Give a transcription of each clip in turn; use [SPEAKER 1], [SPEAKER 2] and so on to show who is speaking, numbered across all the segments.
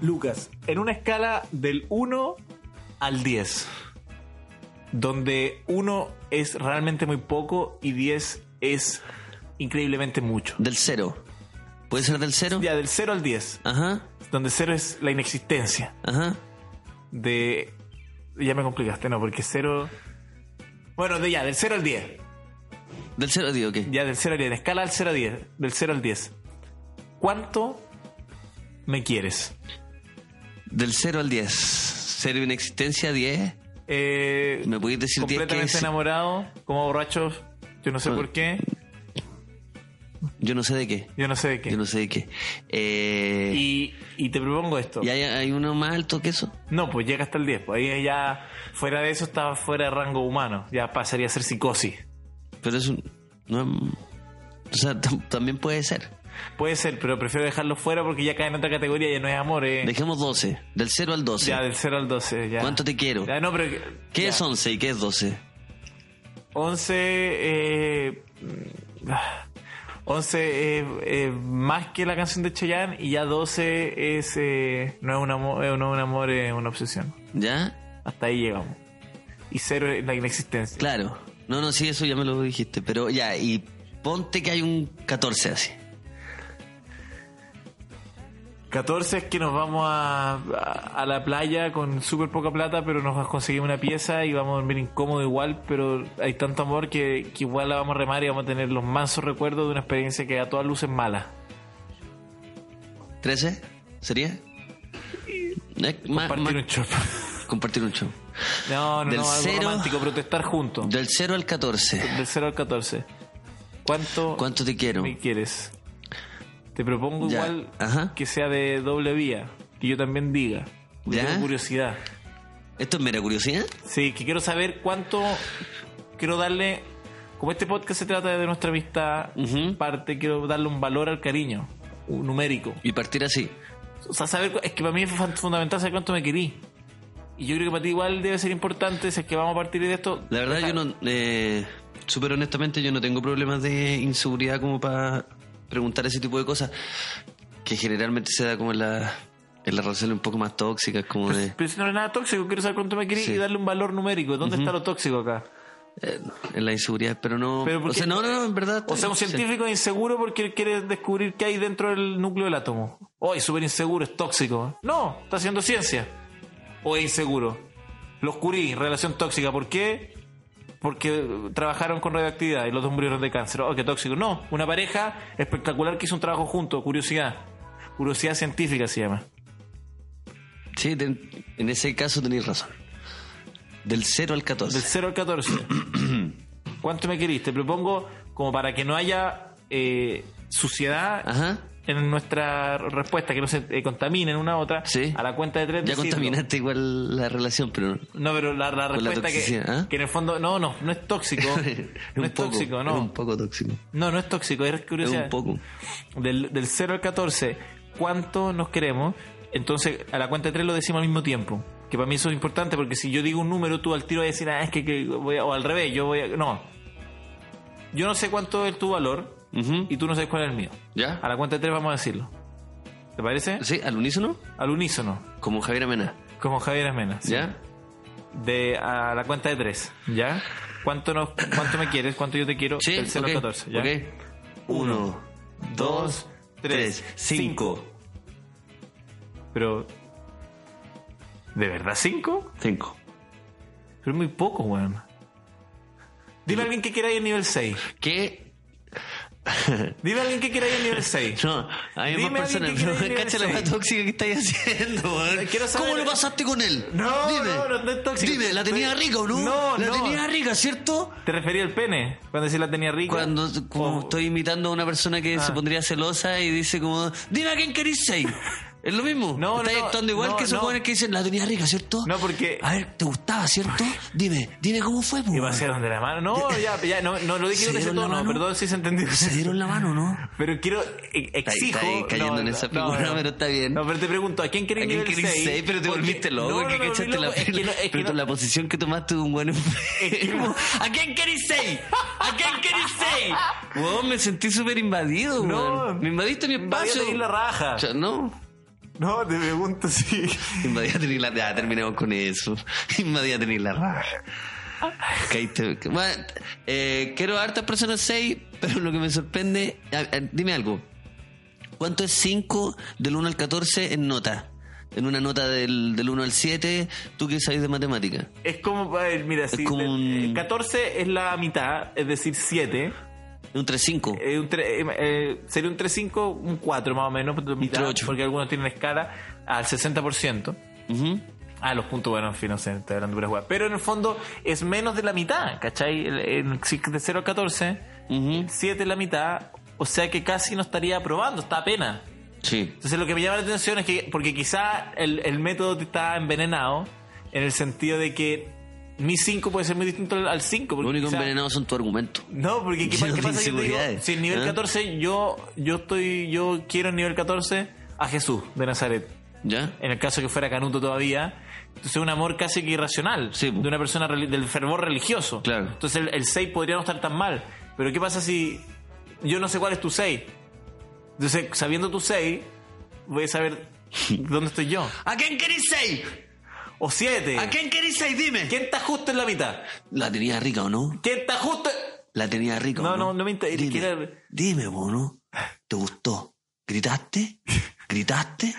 [SPEAKER 1] Lucas, en una escala del 1 al 10, donde 1 es realmente muy poco y 10 es increíblemente mucho.
[SPEAKER 2] Del cero. ¿Puede ser del cero?
[SPEAKER 1] Ya, del 0 al 10,
[SPEAKER 2] Ajá,
[SPEAKER 1] donde 0 es la inexistencia
[SPEAKER 2] ajá.
[SPEAKER 1] de... Ya me complicaste, no, porque 0... Bueno, de ya, del 0 al 10.
[SPEAKER 2] Del cero, digo, ¿qué?
[SPEAKER 1] Ya, del 0 al 10, de escala del 0 al 10, del 0 al 10. ¿Cuánto me quieres?
[SPEAKER 2] Del cero al 10. Cero inexistencia, 10.
[SPEAKER 1] Eh,
[SPEAKER 2] ¿Me podéis decir 10 que
[SPEAKER 1] completamente
[SPEAKER 2] es?
[SPEAKER 1] enamorado, como borrachos, yo no sé
[SPEAKER 2] Ah.
[SPEAKER 1] por qué,
[SPEAKER 2] Yo no sé de qué.
[SPEAKER 1] yo no sé de qué.
[SPEAKER 2] Yo no sé de qué. Eh,
[SPEAKER 1] Y, y te propongo esto.
[SPEAKER 2] ¿Y hay, hay uno más alto que eso?
[SPEAKER 1] No, pues llega hasta el 10. Pues ahí ya, fuera de eso, está fuera de rango humano. Ya pasaría a ser psicosis.
[SPEAKER 2] Pero es un... No, es- o sea, tam- también puede ser.
[SPEAKER 1] Puede ser, pero prefiero dejarlo fuera porque ya cae en otra categoría, ya no es amor, eh.
[SPEAKER 2] Dejemos 12. Del 0 al 12.
[SPEAKER 1] Ya del 0 al 12. Ya.
[SPEAKER 2] ¿Cuánto te quiero?
[SPEAKER 1] Ya, no, pero.
[SPEAKER 2] ¿Qué
[SPEAKER 1] ya.
[SPEAKER 2] es 11 y qué es 12?
[SPEAKER 1] 11. Eh, 11 es eh, más que la canción de Cheyenne y ya 12 es. eh, no es un amor, eh, no es un amor, es una obsesión.
[SPEAKER 2] ¿Ya?
[SPEAKER 1] Hasta ahí llegamos. Y cero es la inexistencia.
[SPEAKER 2] Claro. No, no, sí, eso ya me lo dijiste. Pero ya, y ponte que hay un 14 así.
[SPEAKER 1] 14 es que nos vamos a, a, a la playa con súper poca plata, pero nos vas a conseguir una pieza y vamos a dormir incómodo igual, pero hay tanto amor que, que igual la vamos a remar y vamos a tener los mansos recuerdos de una experiencia que a todas luces mala.
[SPEAKER 2] ¿13? ¿Sería? Eh, ma-
[SPEAKER 1] Partir
[SPEAKER 2] ma-
[SPEAKER 1] un chorro.
[SPEAKER 2] compartir un show.
[SPEAKER 1] No, no,
[SPEAKER 2] Del
[SPEAKER 1] no, algo
[SPEAKER 2] cero-
[SPEAKER 1] romántico, protestar juntos.
[SPEAKER 2] Del 0 al 14.
[SPEAKER 1] Del 0 al 14. ¿Cuánto,
[SPEAKER 2] ¿Cuánto te quiero?
[SPEAKER 1] me quieres? Te propongo
[SPEAKER 2] Ya,
[SPEAKER 1] igual
[SPEAKER 2] ajá.
[SPEAKER 1] que sea de doble vía, que yo también diga. porque
[SPEAKER 2] Ya.
[SPEAKER 1] Tengo curiosidad.
[SPEAKER 2] ¿Esto es mera curiosidad?
[SPEAKER 1] Sí, que quiero saber cuánto quiero darle. Como este podcast se trata de nuestra amistad,
[SPEAKER 2] Ujú.
[SPEAKER 1] parte quiero darle un valor al cariño un numérico.
[SPEAKER 2] Y partir así.
[SPEAKER 1] O sea, saber cu- es que para mí es fan- fundamental saber cuánto me querí. Y yo creo que para ti igual debe ser importante, si es que vamos a partir de esto.
[SPEAKER 2] La verdad, yo no. Eh, Súper honestamente, yo no tengo problemas de inseguridad como para preguntar ese tipo de cosas. Que generalmente se da como en la. En las relaciones un poco más tóxicas, como de.
[SPEAKER 1] Pero si no es nada tóxico, quiero saber cuánto me querí
[SPEAKER 2] Sí.
[SPEAKER 1] y darle un valor numérico. ¿Dónde está lo tóxico acá?
[SPEAKER 2] eh, en la inseguridad, pero no.
[SPEAKER 1] Pero ¿por
[SPEAKER 2] o
[SPEAKER 1] qué?
[SPEAKER 2] sea, no, no, no, en verdad.
[SPEAKER 1] O sea, un
[SPEAKER 2] sí.
[SPEAKER 1] científico inseguro porque quiere descubrir qué hay dentro del núcleo del átomo. Oh, es súper inseguro, es tóxico. No, está haciendo ciencia. O es inseguro. Los Curie, relación tóxica. ¿Por qué? Porque trabajaron con radioactividad y los dos murieron de cáncer. Oh, qué tóxico. No, una pareja espectacular que hizo un trabajo junto. Curiosidad. Curiosidad científica se llama.
[SPEAKER 2] Sí, ten- en ese caso tenéis razón. Del 0 al 14.
[SPEAKER 1] Del 0 al 14. ¿Cuánto me querís? Te propongo como para que no haya eh, suciedad
[SPEAKER 2] Ajá.
[SPEAKER 1] en nuestra respuesta, que no se eh, contaminen una a otra,
[SPEAKER 2] Sí.
[SPEAKER 1] a la cuenta de tres
[SPEAKER 2] Ya
[SPEAKER 1] decirlo.
[SPEAKER 2] contaminaste igual la relación, pero.
[SPEAKER 1] No, pero la, la
[SPEAKER 2] Con la
[SPEAKER 1] respuesta que,
[SPEAKER 2] toxicidad, ¿ah?
[SPEAKER 1] que en el fondo, no, no, no es tóxico. no
[SPEAKER 2] un
[SPEAKER 1] es
[SPEAKER 2] poco,
[SPEAKER 1] tóxico,
[SPEAKER 2] Es
[SPEAKER 1] no.
[SPEAKER 2] un poco tóxico.
[SPEAKER 1] No, no es tóxico, es
[SPEAKER 2] Es
[SPEAKER 1] curiosidad.
[SPEAKER 2] un poco.
[SPEAKER 1] Del, del 0 al 14, ¿cuánto nos queremos? Entonces, a la cuenta de tres lo decimos al mismo tiempo. Que para mí eso es importante, porque si yo digo un número, tú al tiro vas a decir, ah, es que, que voy a- o al revés, yo voy a. No. Yo no sé cuánto es tu valor
[SPEAKER 2] Ujú.
[SPEAKER 1] y tú no sabes cuál es el mío.
[SPEAKER 2] ¿Ya?
[SPEAKER 1] A la cuenta de tres vamos a decirlo. ¿Te parece?
[SPEAKER 2] Sí, al unísono,
[SPEAKER 1] Al unísono.
[SPEAKER 2] como Javier Amena.
[SPEAKER 1] Como Javier Amena. sí.
[SPEAKER 2] ¿Ya?
[SPEAKER 1] De a la cuenta de tres. ¿Ya? ¿Cuánto, nos, cuánto me quieres? ¿Cuánto yo te quiero?
[SPEAKER 2] Sí,
[SPEAKER 1] Del cero
[SPEAKER 2] ok,
[SPEAKER 1] al 14, ¿ya?
[SPEAKER 2] ok. Uno, dos, tres, cinco.
[SPEAKER 1] Pero. ¿De verdad cinco?
[SPEAKER 2] Cinco.
[SPEAKER 1] Pero es muy poco, weón. Dime a alguien que quiera ir al nivel 6.
[SPEAKER 2] ¿Qué?
[SPEAKER 1] Dime a alguien que quiera ir al nivel 6.
[SPEAKER 2] No, hay
[SPEAKER 1] Dime
[SPEAKER 2] más
[SPEAKER 1] a alguien que
[SPEAKER 2] personas.
[SPEAKER 1] quiera ir
[SPEAKER 2] pero
[SPEAKER 1] a
[SPEAKER 2] Cacha la
[SPEAKER 1] nivel
[SPEAKER 2] más
[SPEAKER 1] seis.
[SPEAKER 2] tóxica que estáis haciendo, weón.
[SPEAKER 1] Quiero saber-
[SPEAKER 2] ¿Cómo lo pasaste con él?
[SPEAKER 1] No,
[SPEAKER 2] Dime.
[SPEAKER 1] no, no, no es tóxico.
[SPEAKER 2] Dime, ¿la tenía
[SPEAKER 1] Estoy-
[SPEAKER 2] rica o no?
[SPEAKER 1] No,
[SPEAKER 2] La
[SPEAKER 1] no.
[SPEAKER 2] tenía rica, ¿cierto?
[SPEAKER 1] ¿Te refería al pene? Cuando decía la tenía rica. Oh,
[SPEAKER 2] Cuando como
[SPEAKER 1] O-
[SPEAKER 2] estoy imitando a una persona que se pondría celosa y dice como, dime a quién querís seis. Es lo mismo.
[SPEAKER 1] No,
[SPEAKER 2] Estáis
[SPEAKER 1] no,
[SPEAKER 2] actuando igual
[SPEAKER 1] no,
[SPEAKER 2] que esos
[SPEAKER 1] no.
[SPEAKER 2] jóvenes que dicen, la tenía rica, ¿cierto?
[SPEAKER 1] No, porque-
[SPEAKER 2] A ver, ¿te gustaba, ¿cierto? Dime, dime cómo fue, po,
[SPEAKER 1] Y
[SPEAKER 2] weón.
[SPEAKER 1] vaciaron de la mano. No, ya, ya, no, no lo dije
[SPEAKER 2] ¿Se
[SPEAKER 1] en ese
[SPEAKER 2] dieron la
[SPEAKER 1] tono.
[SPEAKER 2] mano?
[SPEAKER 1] Perdón si se entendió.
[SPEAKER 2] ¿Se dieron la mano, no?
[SPEAKER 1] Pero quiero, e- exijo.
[SPEAKER 2] está ahí cayendo
[SPEAKER 1] no,
[SPEAKER 2] en
[SPEAKER 1] no,
[SPEAKER 2] esa
[SPEAKER 1] no,
[SPEAKER 2] figura,
[SPEAKER 1] no.
[SPEAKER 2] pero está bien.
[SPEAKER 1] No, pero te pregunto, ¿a quién querés
[SPEAKER 2] ¿A quién
[SPEAKER 1] nivel
[SPEAKER 2] querís
[SPEAKER 1] seis?
[SPEAKER 2] seis? Pero te
[SPEAKER 1] Porque-
[SPEAKER 2] volviste loco,
[SPEAKER 1] No, no,
[SPEAKER 2] que
[SPEAKER 1] no,
[SPEAKER 2] cachaste
[SPEAKER 1] volví
[SPEAKER 2] la,
[SPEAKER 1] loco, es que no- es que
[SPEAKER 2] pero
[SPEAKER 1] no-
[SPEAKER 2] la posición que tomaste de un buen
[SPEAKER 1] que no.
[SPEAKER 2] ¿A quién querís seis? ¿A quién querís seis? Weón, me sentí súper invadido,
[SPEAKER 1] No.
[SPEAKER 2] weón. Me invadiste mi
[SPEAKER 1] Invadió
[SPEAKER 2] espacio.
[SPEAKER 1] la isla raja.
[SPEAKER 2] O sea, no.
[SPEAKER 1] No, te pregunto si.
[SPEAKER 2] Invadía tener la. Ya, terminemos con eso. Invadía tener la raja. Ah. Caíste- Bueno, eh, quiero hartas personas 6, pero lo que me sorprende. a- a- dime algo. ¿Cuánto es 5 del 1 al 14 en nota? En una nota del, del 1 al 7, tú que sabes de matemática.
[SPEAKER 1] Es como. a ver, mira, si
[SPEAKER 2] como un-
[SPEAKER 1] eh, 14 es la mitad, es decir, 7.
[SPEAKER 2] Es Un 3-5.
[SPEAKER 1] Eh, un tre- eh, eh, sería un 3-5, un 4 más o menos, mitad,
[SPEAKER 2] 3-8.
[SPEAKER 1] porque algunos tienen escala al 60%.
[SPEAKER 2] Ujú.
[SPEAKER 1] Ah, los puntos, bueno, en fin, no sé, estoy hablando puras weas. Pero en el fondo es menos de la mitad, ¿cachai? El- el- si de 0 a 14,
[SPEAKER 2] Ujú.
[SPEAKER 1] 7 es la mitad, o sea que casi no estaría aprobando, está apenas.
[SPEAKER 2] Sí.
[SPEAKER 1] Entonces lo que me llama la atención es que, porque quizá el, el método te está envenenado, en el sentido de que mi 5 puede ser muy distinto al- al 5.
[SPEAKER 2] Lo
[SPEAKER 1] porque
[SPEAKER 2] único
[SPEAKER 1] quizá-
[SPEAKER 2] envenenado son tu argumento.
[SPEAKER 1] no, porque ¿qué, pa-
[SPEAKER 2] Lleno
[SPEAKER 1] qué
[SPEAKER 2] de
[SPEAKER 1] pasa? Yo te digo,
[SPEAKER 2] inseguridades,
[SPEAKER 1] si en nivel
[SPEAKER 2] ¿eh?
[SPEAKER 1] 14 yo, yo estoy, yo quiero en nivel 14 a Jesús de Nazaret.
[SPEAKER 2] ¿Ya?
[SPEAKER 1] En el caso que fuera Canuto todavía. Entonces un amor casi que irracional
[SPEAKER 2] Sí, po.
[SPEAKER 1] de una persona reli- del fervor religioso.
[SPEAKER 2] Claro.
[SPEAKER 1] Entonces el, 6 podría no estar tan mal. Pero ¿qué pasa si yo no sé cuál es tu 6? Entonces, sabiendo tu 6, voy a saber dónde estoy yo.
[SPEAKER 2] ¿A quién querés 6?
[SPEAKER 1] O 7.
[SPEAKER 2] ¿A quién querés 6? Dime.
[SPEAKER 1] ¿Quién está justo en la mitad?
[SPEAKER 2] Eh. ¿La tenía rica o no?
[SPEAKER 1] ¿Quién está justo?
[SPEAKER 2] La tenía rica. o
[SPEAKER 1] No,
[SPEAKER 2] no,
[SPEAKER 1] no, no me interesa.
[SPEAKER 2] Dime,
[SPEAKER 1] Quiero-
[SPEAKER 2] dime, vos, ¿no? ¿Te gustó? ¿Gritaste? ¿Gritaste?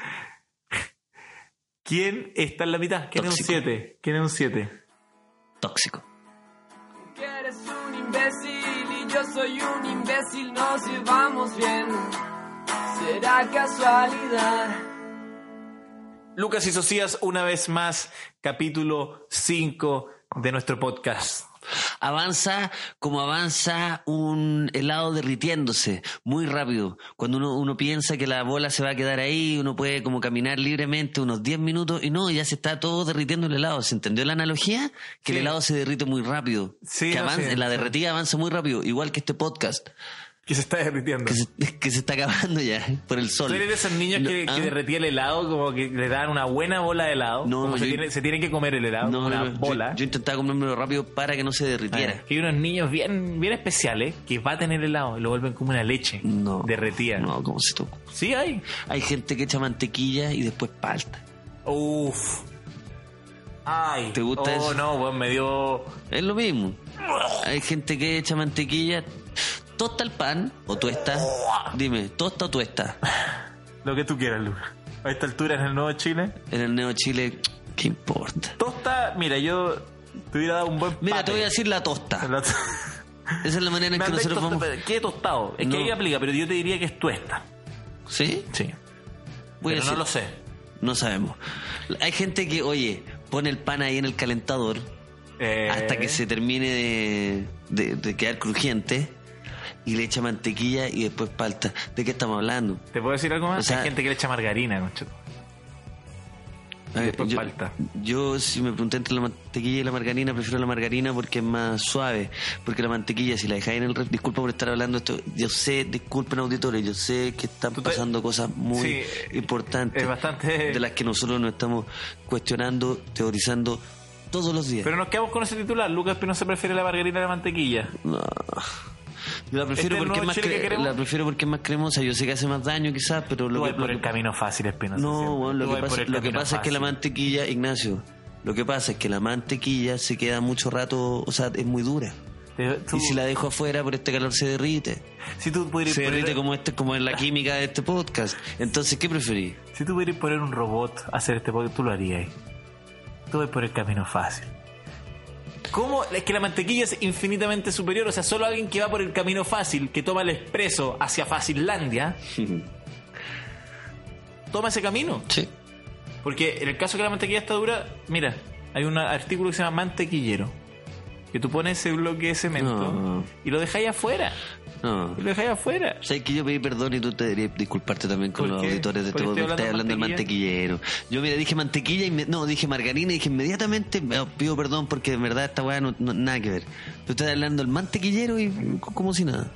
[SPEAKER 1] ¿Quién está en la mitad? ¿Quién
[SPEAKER 2] Tóxico.
[SPEAKER 1] es un 7? ¿Quién es un 7?
[SPEAKER 2] Tóxico.
[SPEAKER 3] Que eres un imbécil y yo soy un imbécil, nos llevamos bien. Será casualidad.
[SPEAKER 1] Lucas y Socias, una vez más, capítulo 5 de nuestro podcast.
[SPEAKER 2] Avanza como avanza un helado derritiéndose muy rápido. Cuando uno, uno piensa que la bola se va a quedar ahí, uno puede como caminar libremente unos 10 minutos y no, ya se está todo derritiendo el helado. ¿Se entendió la analogía?
[SPEAKER 1] Sí.
[SPEAKER 2] Que el helado se derrite muy rápido.
[SPEAKER 1] Sí,
[SPEAKER 2] que
[SPEAKER 1] no,
[SPEAKER 2] avanza-
[SPEAKER 1] sí,
[SPEAKER 2] la
[SPEAKER 1] sí.
[SPEAKER 2] derretida avanza muy rápido, igual que este podcast,
[SPEAKER 1] Que se está derritiendo.
[SPEAKER 2] que se, que se está acabando ya por el sol.
[SPEAKER 1] ¿Tú eres de esos niños
[SPEAKER 2] No,
[SPEAKER 1] que, que
[SPEAKER 2] ¿ah?
[SPEAKER 1] derretía el helado, como que le dan una buena bola de helado?
[SPEAKER 2] No,
[SPEAKER 1] como se,
[SPEAKER 2] yo-
[SPEAKER 1] tiene, se tiene que comer el helado,
[SPEAKER 2] No,
[SPEAKER 1] como una
[SPEAKER 2] no, no.
[SPEAKER 1] bola.
[SPEAKER 2] Yo, yo intentaba comérmelo rápido para que no se derritiera.
[SPEAKER 1] Ah, que hay unos niños bien, bien especiales que va a tener helado y lo vuelven como una leche
[SPEAKER 2] No.
[SPEAKER 1] derretida.
[SPEAKER 2] No, como se tocó.
[SPEAKER 1] Sí, hay.
[SPEAKER 2] Hay gente que echa mantequilla y después palta.
[SPEAKER 1] Uf. Ay.
[SPEAKER 2] ¿Te gusta
[SPEAKER 1] oh,
[SPEAKER 2] eso?
[SPEAKER 1] no, weón, me dio.
[SPEAKER 2] Es lo mismo. Hay gente que echa mantequilla. Tosta el pan o tuesta. Dime, tosta o tuesta.
[SPEAKER 1] Lo que tú quieras, Luca. A esta altura en el Nuevo Chile.
[SPEAKER 2] En el Neo Chile, ¿qué importa?
[SPEAKER 1] Tosta, mira, yo te hubiera dado un buen
[SPEAKER 2] Mira,
[SPEAKER 1] pate.
[SPEAKER 2] te voy a decir la tosta.
[SPEAKER 1] La to-
[SPEAKER 2] Esa es la manera en
[SPEAKER 1] Me
[SPEAKER 2] que
[SPEAKER 1] andáis
[SPEAKER 2] nosotros
[SPEAKER 1] tosta-
[SPEAKER 2] vamos.
[SPEAKER 1] ¿Qué tostado? Es
[SPEAKER 2] No.
[SPEAKER 1] que ahí aplica, pero yo te diría que es tuesta.
[SPEAKER 2] ¿Sí?
[SPEAKER 1] Sí.
[SPEAKER 2] Voy a
[SPEAKER 1] pero no
[SPEAKER 2] decir-
[SPEAKER 1] lo sé.
[SPEAKER 2] No sabemos. Hay gente que, oye, pone el pan ahí en el calentador
[SPEAKER 1] Eh,
[SPEAKER 2] hasta que se termine de, de- de quedar crujiente y le echa mantequilla y después palta. ¿De qué estamos hablando?
[SPEAKER 1] ¿Te puedo decir algo más?
[SPEAKER 2] O sea-
[SPEAKER 1] Hay gente que le echa margarina, concho.
[SPEAKER 2] A ver,
[SPEAKER 1] después
[SPEAKER 2] yo,
[SPEAKER 1] palta.
[SPEAKER 2] Yo, si me pregunté entre la mantequilla y la margarina, prefiero la margarina porque es más suave. Porque la mantequilla, si la dejáis en el refri, disculpa por estar hablando esto. Yo sé, disculpen auditores, yo sé que están
[SPEAKER 1] Tú te-
[SPEAKER 2] pasando cosas muy
[SPEAKER 1] Sí,
[SPEAKER 2] importantes.
[SPEAKER 1] es bastante-
[SPEAKER 2] De las que nosotros nos estamos cuestionando, teorizando todos los días.
[SPEAKER 1] Pero nos quedamos con ese titular. Lucas Pinoza prefiere la margarina a la mantequilla.
[SPEAKER 2] No. Yo la
[SPEAKER 1] ¿Este
[SPEAKER 2] prefiero,
[SPEAKER 1] es el
[SPEAKER 2] porque
[SPEAKER 1] nuevo
[SPEAKER 2] es más
[SPEAKER 1] Chile que
[SPEAKER 2] cre-
[SPEAKER 1] queremos?
[SPEAKER 2] la prefiero porque es más cremosa. Yo sé que hace más daño quizás, pero
[SPEAKER 1] Tú
[SPEAKER 2] lo
[SPEAKER 1] vas
[SPEAKER 2] que,
[SPEAKER 1] por
[SPEAKER 2] lo
[SPEAKER 1] el
[SPEAKER 2] que-
[SPEAKER 1] camino fácil, Espinoza.
[SPEAKER 2] No,
[SPEAKER 1] siempre.
[SPEAKER 2] bueno,
[SPEAKER 1] Tú
[SPEAKER 2] lo que
[SPEAKER 1] vas por
[SPEAKER 2] pasa,
[SPEAKER 1] el
[SPEAKER 2] lo que
[SPEAKER 1] camino
[SPEAKER 2] pasa es que la
[SPEAKER 1] fácil.
[SPEAKER 2] mantequilla, Ignacio, lo que pasa es que la mantequilla se queda mucho rato, o sea, es muy dura.
[SPEAKER 1] Te- tú-
[SPEAKER 2] Y si la dejo afuera por este calor se derrite.
[SPEAKER 1] si tú pudieras
[SPEAKER 2] Se derrite
[SPEAKER 1] poner,
[SPEAKER 2] como este, como en la química de este podcast. Entonces, ¿qué preferís?
[SPEAKER 1] si tú pudieras poner un robot a hacer este podcast, tú lo harías. Tú vas por el camino fácil. ¿Cómo? Es que la mantequilla es infinitamente superior. O sea, solo alguien que va por el camino fácil, que toma el expreso hacia Facilandia, toma ese camino.
[SPEAKER 2] Sí.
[SPEAKER 1] Porque en el caso que la mantequilla está dura, mira, hay un artículo que se llama mantequillero. Que tú pones ese bloque de cemento
[SPEAKER 2] No.
[SPEAKER 1] y lo dejáis afuera.
[SPEAKER 2] No.
[SPEAKER 1] Y lo dejáis afuera.
[SPEAKER 2] Sabes que yo pedí perdón y tú te deberías disculparte también con
[SPEAKER 1] ¿Por
[SPEAKER 2] los
[SPEAKER 1] qué?
[SPEAKER 2] auditores de este
[SPEAKER 1] ¿Por qué
[SPEAKER 2] podcast.
[SPEAKER 1] estoy
[SPEAKER 2] Estás hablando
[SPEAKER 1] hablando
[SPEAKER 2] del mantequillero. Yo, mira, dije mantequilla y me- no, dije margarina y dije inmediatamente "Oh, pido perdón porque en verdad esta weá no, no- nada que ver. Tú estás hablando del mantequillero y c- como si nada.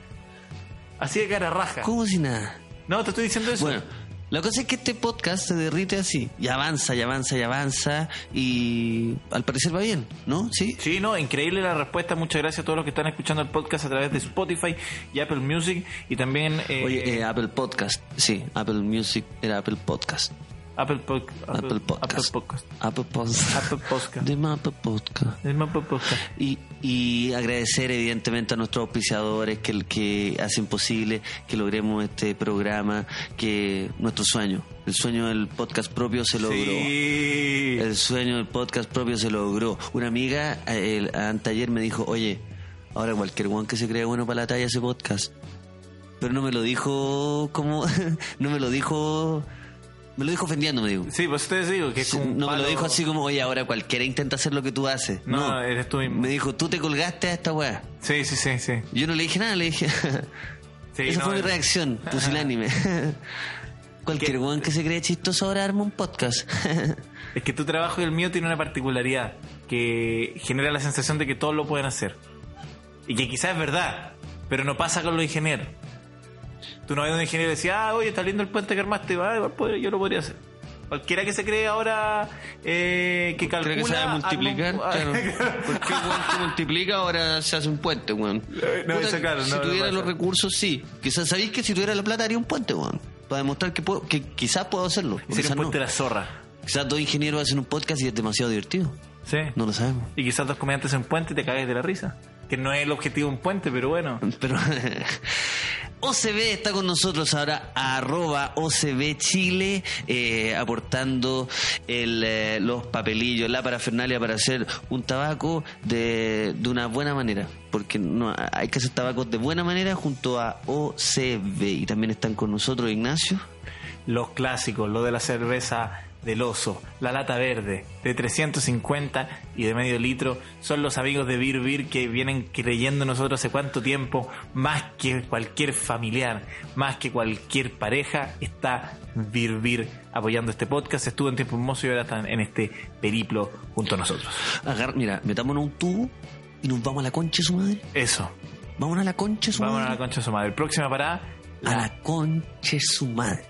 [SPEAKER 1] Así de cara raja.
[SPEAKER 2] Como si nada.
[SPEAKER 1] No, te estoy diciendo eso.
[SPEAKER 2] Bueno, la cosa es que este podcast se derrite así y avanza y avanza y avanza y al parecer va bien, ¿no? Sí.
[SPEAKER 1] Sí, no, increíble la respuesta. Muchas gracias a todos los que están escuchando el podcast a través de Spotify y Apple Music. Y también. eh,
[SPEAKER 2] Oye, eh, Apple Podcast, sí, Apple Music era Apple Podcast.
[SPEAKER 1] Apple, Pod-
[SPEAKER 2] Apple Podcast.
[SPEAKER 1] Apple Podcast.
[SPEAKER 2] Apple Podcast.
[SPEAKER 1] Apple Podcast.
[SPEAKER 2] De Apple Podcast.
[SPEAKER 1] El mapa podcast.
[SPEAKER 2] Y, y agradecer evidentemente a nuestros auspiciadores que, que hacen posible que logremos este programa, que nuestro sueño, el sueño del podcast propio se logró.
[SPEAKER 1] Sí.
[SPEAKER 2] El sueño del podcast propio se logró. Una amiga eh, el, anteayer me dijo, oye, ahora cualquier one que se cree bueno para la talla hace podcast. Pero no me lo dijo como... no me lo dijo... Me lo dijo ofendiendo, me digo.
[SPEAKER 1] Sí, pues te digo que es
[SPEAKER 2] Sí,
[SPEAKER 1] como un
[SPEAKER 2] no me
[SPEAKER 1] palo-
[SPEAKER 2] lo dijo así como, oye, ahora cualquiera intenta hacer lo que tú haces.
[SPEAKER 1] No,
[SPEAKER 2] No,
[SPEAKER 1] eres tú mismo.
[SPEAKER 2] me dijo, tú te colgaste a esta weá.
[SPEAKER 1] Sí, sí, sí, sí.
[SPEAKER 2] Yo no le dije nada, le dije.
[SPEAKER 1] Sí,
[SPEAKER 2] Esa
[SPEAKER 1] no,
[SPEAKER 2] fue mi
[SPEAKER 1] es-
[SPEAKER 2] reacción, pusilánime. Cualquier weón que se cree chistoso ahora arma un podcast.
[SPEAKER 1] Es que tu trabajo y el mío tienen una particularidad que genera la sensación de que todos lo pueden hacer. Y que quizás es verdad, pero no pasa con los ingenieros. Tú no ves a un ingeniero y decís, ah, oye, está lindo el puente que armaste, ah, igual podría- yo lo podría hacer. Cualquiera que se cree ahora eh, que calcula...
[SPEAKER 2] Creo que sabe
[SPEAKER 1] arma un-
[SPEAKER 2] multiplicar,
[SPEAKER 1] ah,
[SPEAKER 2] claro. Porque un weón que multiplica ahora se hace un puente, weón.
[SPEAKER 1] no,
[SPEAKER 2] Puta,
[SPEAKER 1] eso claro,
[SPEAKER 2] si
[SPEAKER 1] no, no
[SPEAKER 2] tuviera
[SPEAKER 1] pasa.
[SPEAKER 2] los recursos, sí. Quizás sabéis que si tuviera la plata haría un puente, weón. Para demostrar que, puedo- que quizás puedo hacerlo. o
[SPEAKER 1] Sería
[SPEAKER 2] Quizás,
[SPEAKER 1] un
[SPEAKER 2] no.
[SPEAKER 1] puente de la zorra.
[SPEAKER 2] Quizás dos ingenieros hacen un podcast y es demasiado divertido.
[SPEAKER 1] Sí.
[SPEAKER 2] No lo sabemos.
[SPEAKER 1] Y quizás dos comediantes en un puente y te cagues de la risa. Que no es el objetivo de un puente, pero bueno.
[SPEAKER 2] Pero OCB está con nosotros ahora, arroba OCB Chile, eh, aportando el, eh, los papelillos, la parafernalia para hacer un tabaco de, de una buena manera. Porque no hay que hacer tabacos de buena manera junto a OCB. Y también están con nosotros Ignacio.
[SPEAKER 1] Los clásicos, lo de la cerveza del oso, la lata verde, de 350 y de medio litro, son los amigos de Vir Vir que vienen creyendo en nosotros hace cuánto tiempo, más que cualquier familiar, más que cualquier pareja, está Vir Vir apoyando este podcast. Estuvo en tiempo hermoso y ahora están en este periplo junto a nosotros.
[SPEAKER 2] Agar- mira, metámonos un tubo y nos vamos a la concha de su madre.
[SPEAKER 1] Eso,
[SPEAKER 2] Vamos a la concha de su
[SPEAKER 1] vamos a
[SPEAKER 2] madre.
[SPEAKER 1] la concha de su madre. Próxima parada,
[SPEAKER 2] a la concha de su madre.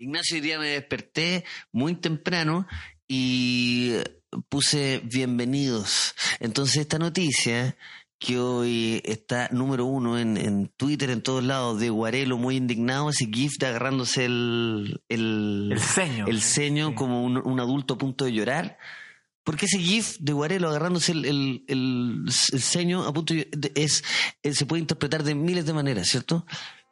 [SPEAKER 2] Ignacio, hoy día me desperté muy temprano y puse bienvenidos. Entonces esta noticia que hoy está número uno en, en Twitter, en todos lados, de Guarelo muy indignado, ese gif de agarrándose el, el,
[SPEAKER 1] el ceño.
[SPEAKER 2] el ceño como un, un adulto a punto de llorar. Porque ese gif de Guarelo agarrándose el, el- el- el ceño a punto de, de- es, es- se puede interpretar de miles de maneras, ¿cierto?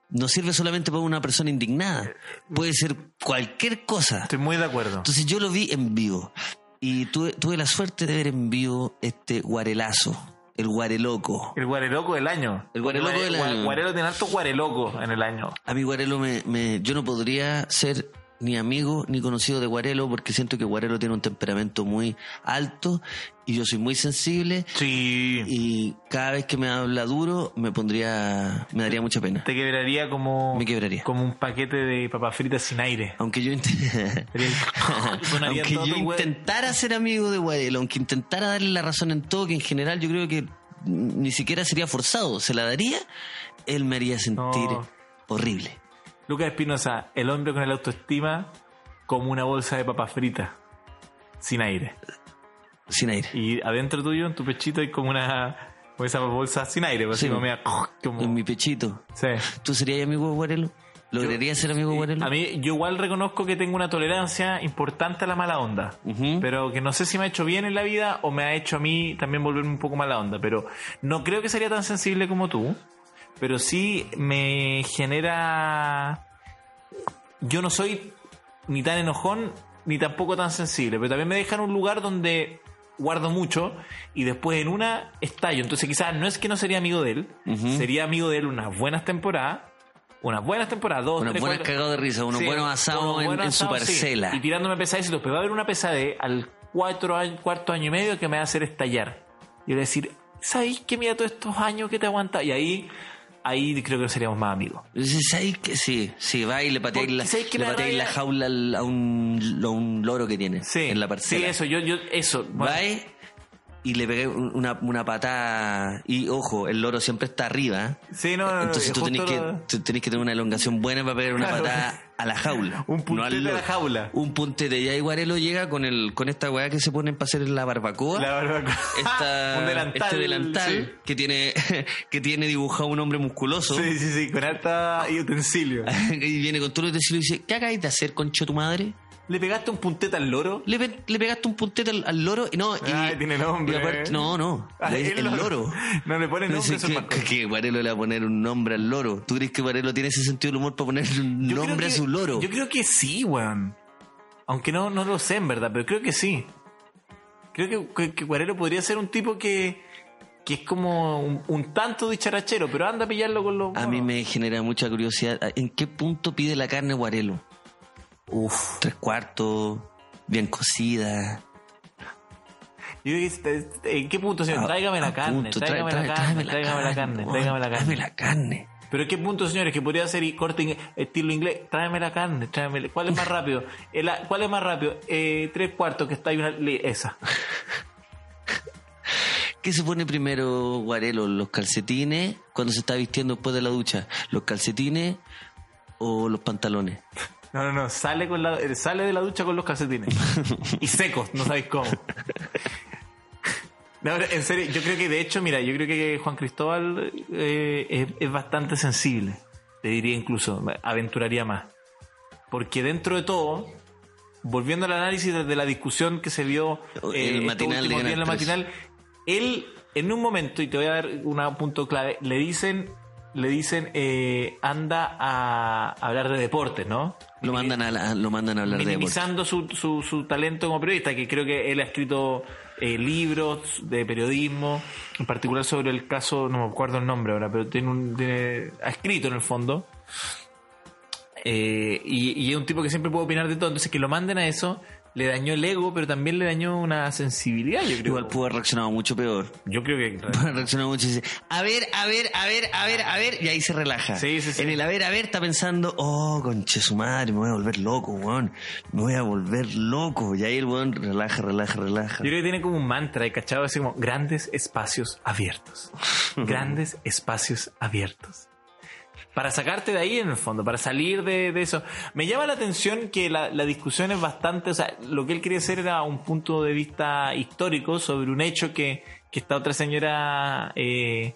[SPEAKER 2] No sirve solamente para una persona indignada. Puede ser cualquier cosa.
[SPEAKER 1] Estoy muy de acuerdo.
[SPEAKER 2] Entonces yo lo vi en vivo. Y tuve, tuve la suerte de ver en vivo este guarelazo, el guareloco.
[SPEAKER 1] El guareloco del año.
[SPEAKER 2] El guareloco del
[SPEAKER 1] Gua-
[SPEAKER 2] año.
[SPEAKER 1] Guarelo tiene harto guareloco en el año.
[SPEAKER 2] A mí Guarelo me, me- yo no podría ser ni amigo ni conocido de Guarelo porque siento que Guarelo tiene un temperamento muy alto y yo soy muy sensible
[SPEAKER 1] Sí.
[SPEAKER 2] y cada vez que me habla duro me pondría me daría mucha pena.
[SPEAKER 1] Te quebraría como.
[SPEAKER 2] Me quebraría.
[SPEAKER 1] Como un paquete de papas fritas sin aire.
[SPEAKER 2] Aunque yo int-
[SPEAKER 1] Sería el- Sonaría
[SPEAKER 2] aunque
[SPEAKER 1] todo
[SPEAKER 2] yo
[SPEAKER 1] tu hue-
[SPEAKER 2] intentara ser amigo de Guarelo, aunque intentara darle la razón en todo, que en general yo creo que ni siquiera sería forzado, se la daría, él me haría sentir
[SPEAKER 1] No.
[SPEAKER 2] horrible.
[SPEAKER 1] Lucas Espinosa, el hombre con el autoestima como una bolsa de papas fritas sin aire.
[SPEAKER 2] Sin aire.
[SPEAKER 1] Y adentro tuyo, en tu pechito, hay como una. Como esa bolsa sin aire. pues, Así
[SPEAKER 2] Sí.
[SPEAKER 1] como media- como-
[SPEAKER 2] En mi pechito.
[SPEAKER 1] Sí.
[SPEAKER 2] ¿Tú serías amigo de Guarelo? ¿Lograrías ser amigo de Guarelo?
[SPEAKER 1] eh, A mí, yo igual reconozco que tengo una tolerancia importante a la mala onda.
[SPEAKER 2] Ujú.
[SPEAKER 1] Pero que no sé si me ha hecho bien en la vida o me ha hecho a mí también volverme un poco mala onda. Pero no creo que sería tan sensible como tú. Pero sí me genera. Yo no soy ni tan enojón ni tampoco tan sensible. Pero también me deja en un lugar donde guardo mucho y después en una estallo. Entonces quizás no es que no sería amigo de él.
[SPEAKER 2] Ujú.
[SPEAKER 1] Sería amigo de él unas buenas temporadas. Unas buenas temporadas, dos,
[SPEAKER 2] Unos
[SPEAKER 1] tres,
[SPEAKER 2] buenos
[SPEAKER 1] cuatro.
[SPEAKER 2] cagados de risa, unos
[SPEAKER 1] Sí,
[SPEAKER 2] buenos asados
[SPEAKER 1] unos
[SPEAKER 2] en,
[SPEAKER 1] buenos
[SPEAKER 2] en su
[SPEAKER 1] asados, sí.
[SPEAKER 2] parcela.
[SPEAKER 1] Y tirándome pesaditos. Pero va a haber una pesadez al cuatro año- cuarto año y medio que me va a hacer estallar. Y le voy a decir, ¿sabéis que mira todos estos años que te aguanta? Y ahí, ahí creo que seríamos más amigos.
[SPEAKER 2] Dices, "Ay, que sí, sí, va y le pateáis
[SPEAKER 1] Porque
[SPEAKER 2] la,
[SPEAKER 1] ¿sabes qué
[SPEAKER 2] le
[SPEAKER 1] me da
[SPEAKER 2] pateáis la
[SPEAKER 1] rabia?
[SPEAKER 2] jaula al- a un, a un loro que tiene
[SPEAKER 1] Sí.
[SPEAKER 2] en la
[SPEAKER 1] Sí,
[SPEAKER 2] parcela.
[SPEAKER 1] eso, yo, yo, eso. Bueno,
[SPEAKER 2] Va y y le pegué un- una, una patada. Y ojo, el loro siempre está arriba.
[SPEAKER 1] Sí, no, no, no,
[SPEAKER 2] Entonces
[SPEAKER 1] es
[SPEAKER 2] tú tenés,
[SPEAKER 1] justo
[SPEAKER 2] que,
[SPEAKER 1] lo-
[SPEAKER 2] tú tenés que tener una elongación buena para pegar una
[SPEAKER 1] Claro.
[SPEAKER 2] patada a la jaula.
[SPEAKER 1] Un puntete
[SPEAKER 2] al
[SPEAKER 1] a la
[SPEAKER 2] loro.
[SPEAKER 1] jaula.
[SPEAKER 2] Un puntete. Y ahí Guarelo llega con, el, con esta weá que se ponen para hacer la barbacoa.
[SPEAKER 1] La barbacoa.
[SPEAKER 2] Esta-
[SPEAKER 1] Ah, Un delantal.
[SPEAKER 2] este delantal
[SPEAKER 1] Sí.
[SPEAKER 2] que tiene que tiene dibujado un hombre musculoso
[SPEAKER 1] Sí, sí, sí, con harta y utensilio.
[SPEAKER 2] y viene con todo el utensilios y dice ¿qué acabáis de hacer concho tu madre?
[SPEAKER 1] ¿Le pegaste un puntete al loro?
[SPEAKER 2] le, pe- le pegaste un puntete al, al loro y no y,
[SPEAKER 1] Ay, tiene nombre. eh.
[SPEAKER 2] y aparte- no, no
[SPEAKER 1] Ay,
[SPEAKER 2] le- el, loro
[SPEAKER 1] No le ponen nombre,
[SPEAKER 2] Entonces,
[SPEAKER 1] eso es más
[SPEAKER 2] que, que Guarelo le va a poner un nombre al loro. ¿Tú crees que Guarelo tiene ese sentido del humor para ponerle un
[SPEAKER 1] Yo creo
[SPEAKER 2] nombre a
[SPEAKER 1] que-
[SPEAKER 2] su loro?
[SPEAKER 1] Yo creo que sí, weón. Aunque no, no lo sé en verdad, pero creo que sí. Creo que, que, que Guarelo podría ser un tipo que, que es como un, un tanto dicharachero, pero anda a pillarlo con los.
[SPEAKER 2] A mí me genera mucha curiosidad. ah, ¿En qué punto pide la carne Guarelo?
[SPEAKER 1] Uf.
[SPEAKER 2] Tres cuartos, bien cocida.
[SPEAKER 1] Yo dije, este- este- ¿En qué punto, señor?
[SPEAKER 2] A-
[SPEAKER 1] Tráigame
[SPEAKER 2] Ah, a
[SPEAKER 1] la carne,
[SPEAKER 2] punto.
[SPEAKER 1] tráigame
[SPEAKER 2] Trae-
[SPEAKER 1] la
[SPEAKER 2] trae-
[SPEAKER 1] carne, tráigame la carne,
[SPEAKER 2] weón,
[SPEAKER 1] tráigame la
[SPEAKER 2] Tráeme
[SPEAKER 1] carne.
[SPEAKER 2] la carne.
[SPEAKER 1] Pero ¿en qué punto, señores, que podría ser y corte ing- estilo inglés, tráeme la carne, tráeme la- ¿Cuál es más rápido? El a- ¿Cuál es más rápido? Eh, tres cuartos que está ahí una le- esa.
[SPEAKER 2] ¿Qué se pone primero Guarelo? ¿Los calcetines cuando se está vistiendo después de la ducha? ¿Los calcetines o los pantalones?
[SPEAKER 1] No, no, no, sale, con la, eh, sale de la ducha con los calcetines. y secos, no sabéis cómo. No, pero en serio, yo creo que de hecho, mira, yo creo que Juan Cristóbal eh, es, es bastante sensible. Te diría incluso, aventuraría más. Porque dentro de todo, volviendo al análisis de, de la discusión que se vio eh,
[SPEAKER 2] El
[SPEAKER 1] estos
[SPEAKER 2] matinal
[SPEAKER 1] últimos
[SPEAKER 2] de
[SPEAKER 1] días en la
[SPEAKER 2] Canal 13.
[SPEAKER 1] matinal, él en un momento, y te voy a dar un punto clave, le dicen, le dicen, eh, anda a hablar de deportes, ¿no?
[SPEAKER 2] Lo mandan a, la- lo mandan a hablar de deporte.
[SPEAKER 1] minimizando su, su, su talento como periodista, que creo que él ha escrito eh, libros de periodismo, en particular sobre el caso, no me acuerdo el nombre ahora, pero tiene un, tiene- ha escrito en el fondo. Eh, y, y es un tipo que siempre puede opinar de todo, entonces que lo manden a eso le dañó el ego, pero también le dañó una sensibilidad, yo creo.
[SPEAKER 2] Igual pudo haber reaccionado mucho peor.
[SPEAKER 1] Yo creo que...
[SPEAKER 2] Pudo haber reaccionado mucho y dice, a ver, a ver, a ver, a ver, a ver, y ahí se relaja.
[SPEAKER 1] Sí, sí, sí.
[SPEAKER 2] En el a ver, a ver está pensando, oh, conche su madre, me voy a volver loco, weón. Me voy a volver loco. Y ahí el weón relaja, relaja, relaja.
[SPEAKER 1] Yo creo que tiene como un mantra, ¿eh? ¿cachado? Así como grandes espacios abiertos. grandes espacios abiertos. Para sacarte de ahí en el fondo, para salir de, de eso. Me llama la atención que la, la discusión es bastante, o sea, lo que él quería hacer era un punto de vista histórico sobre un hecho que, que esta otra señora eh,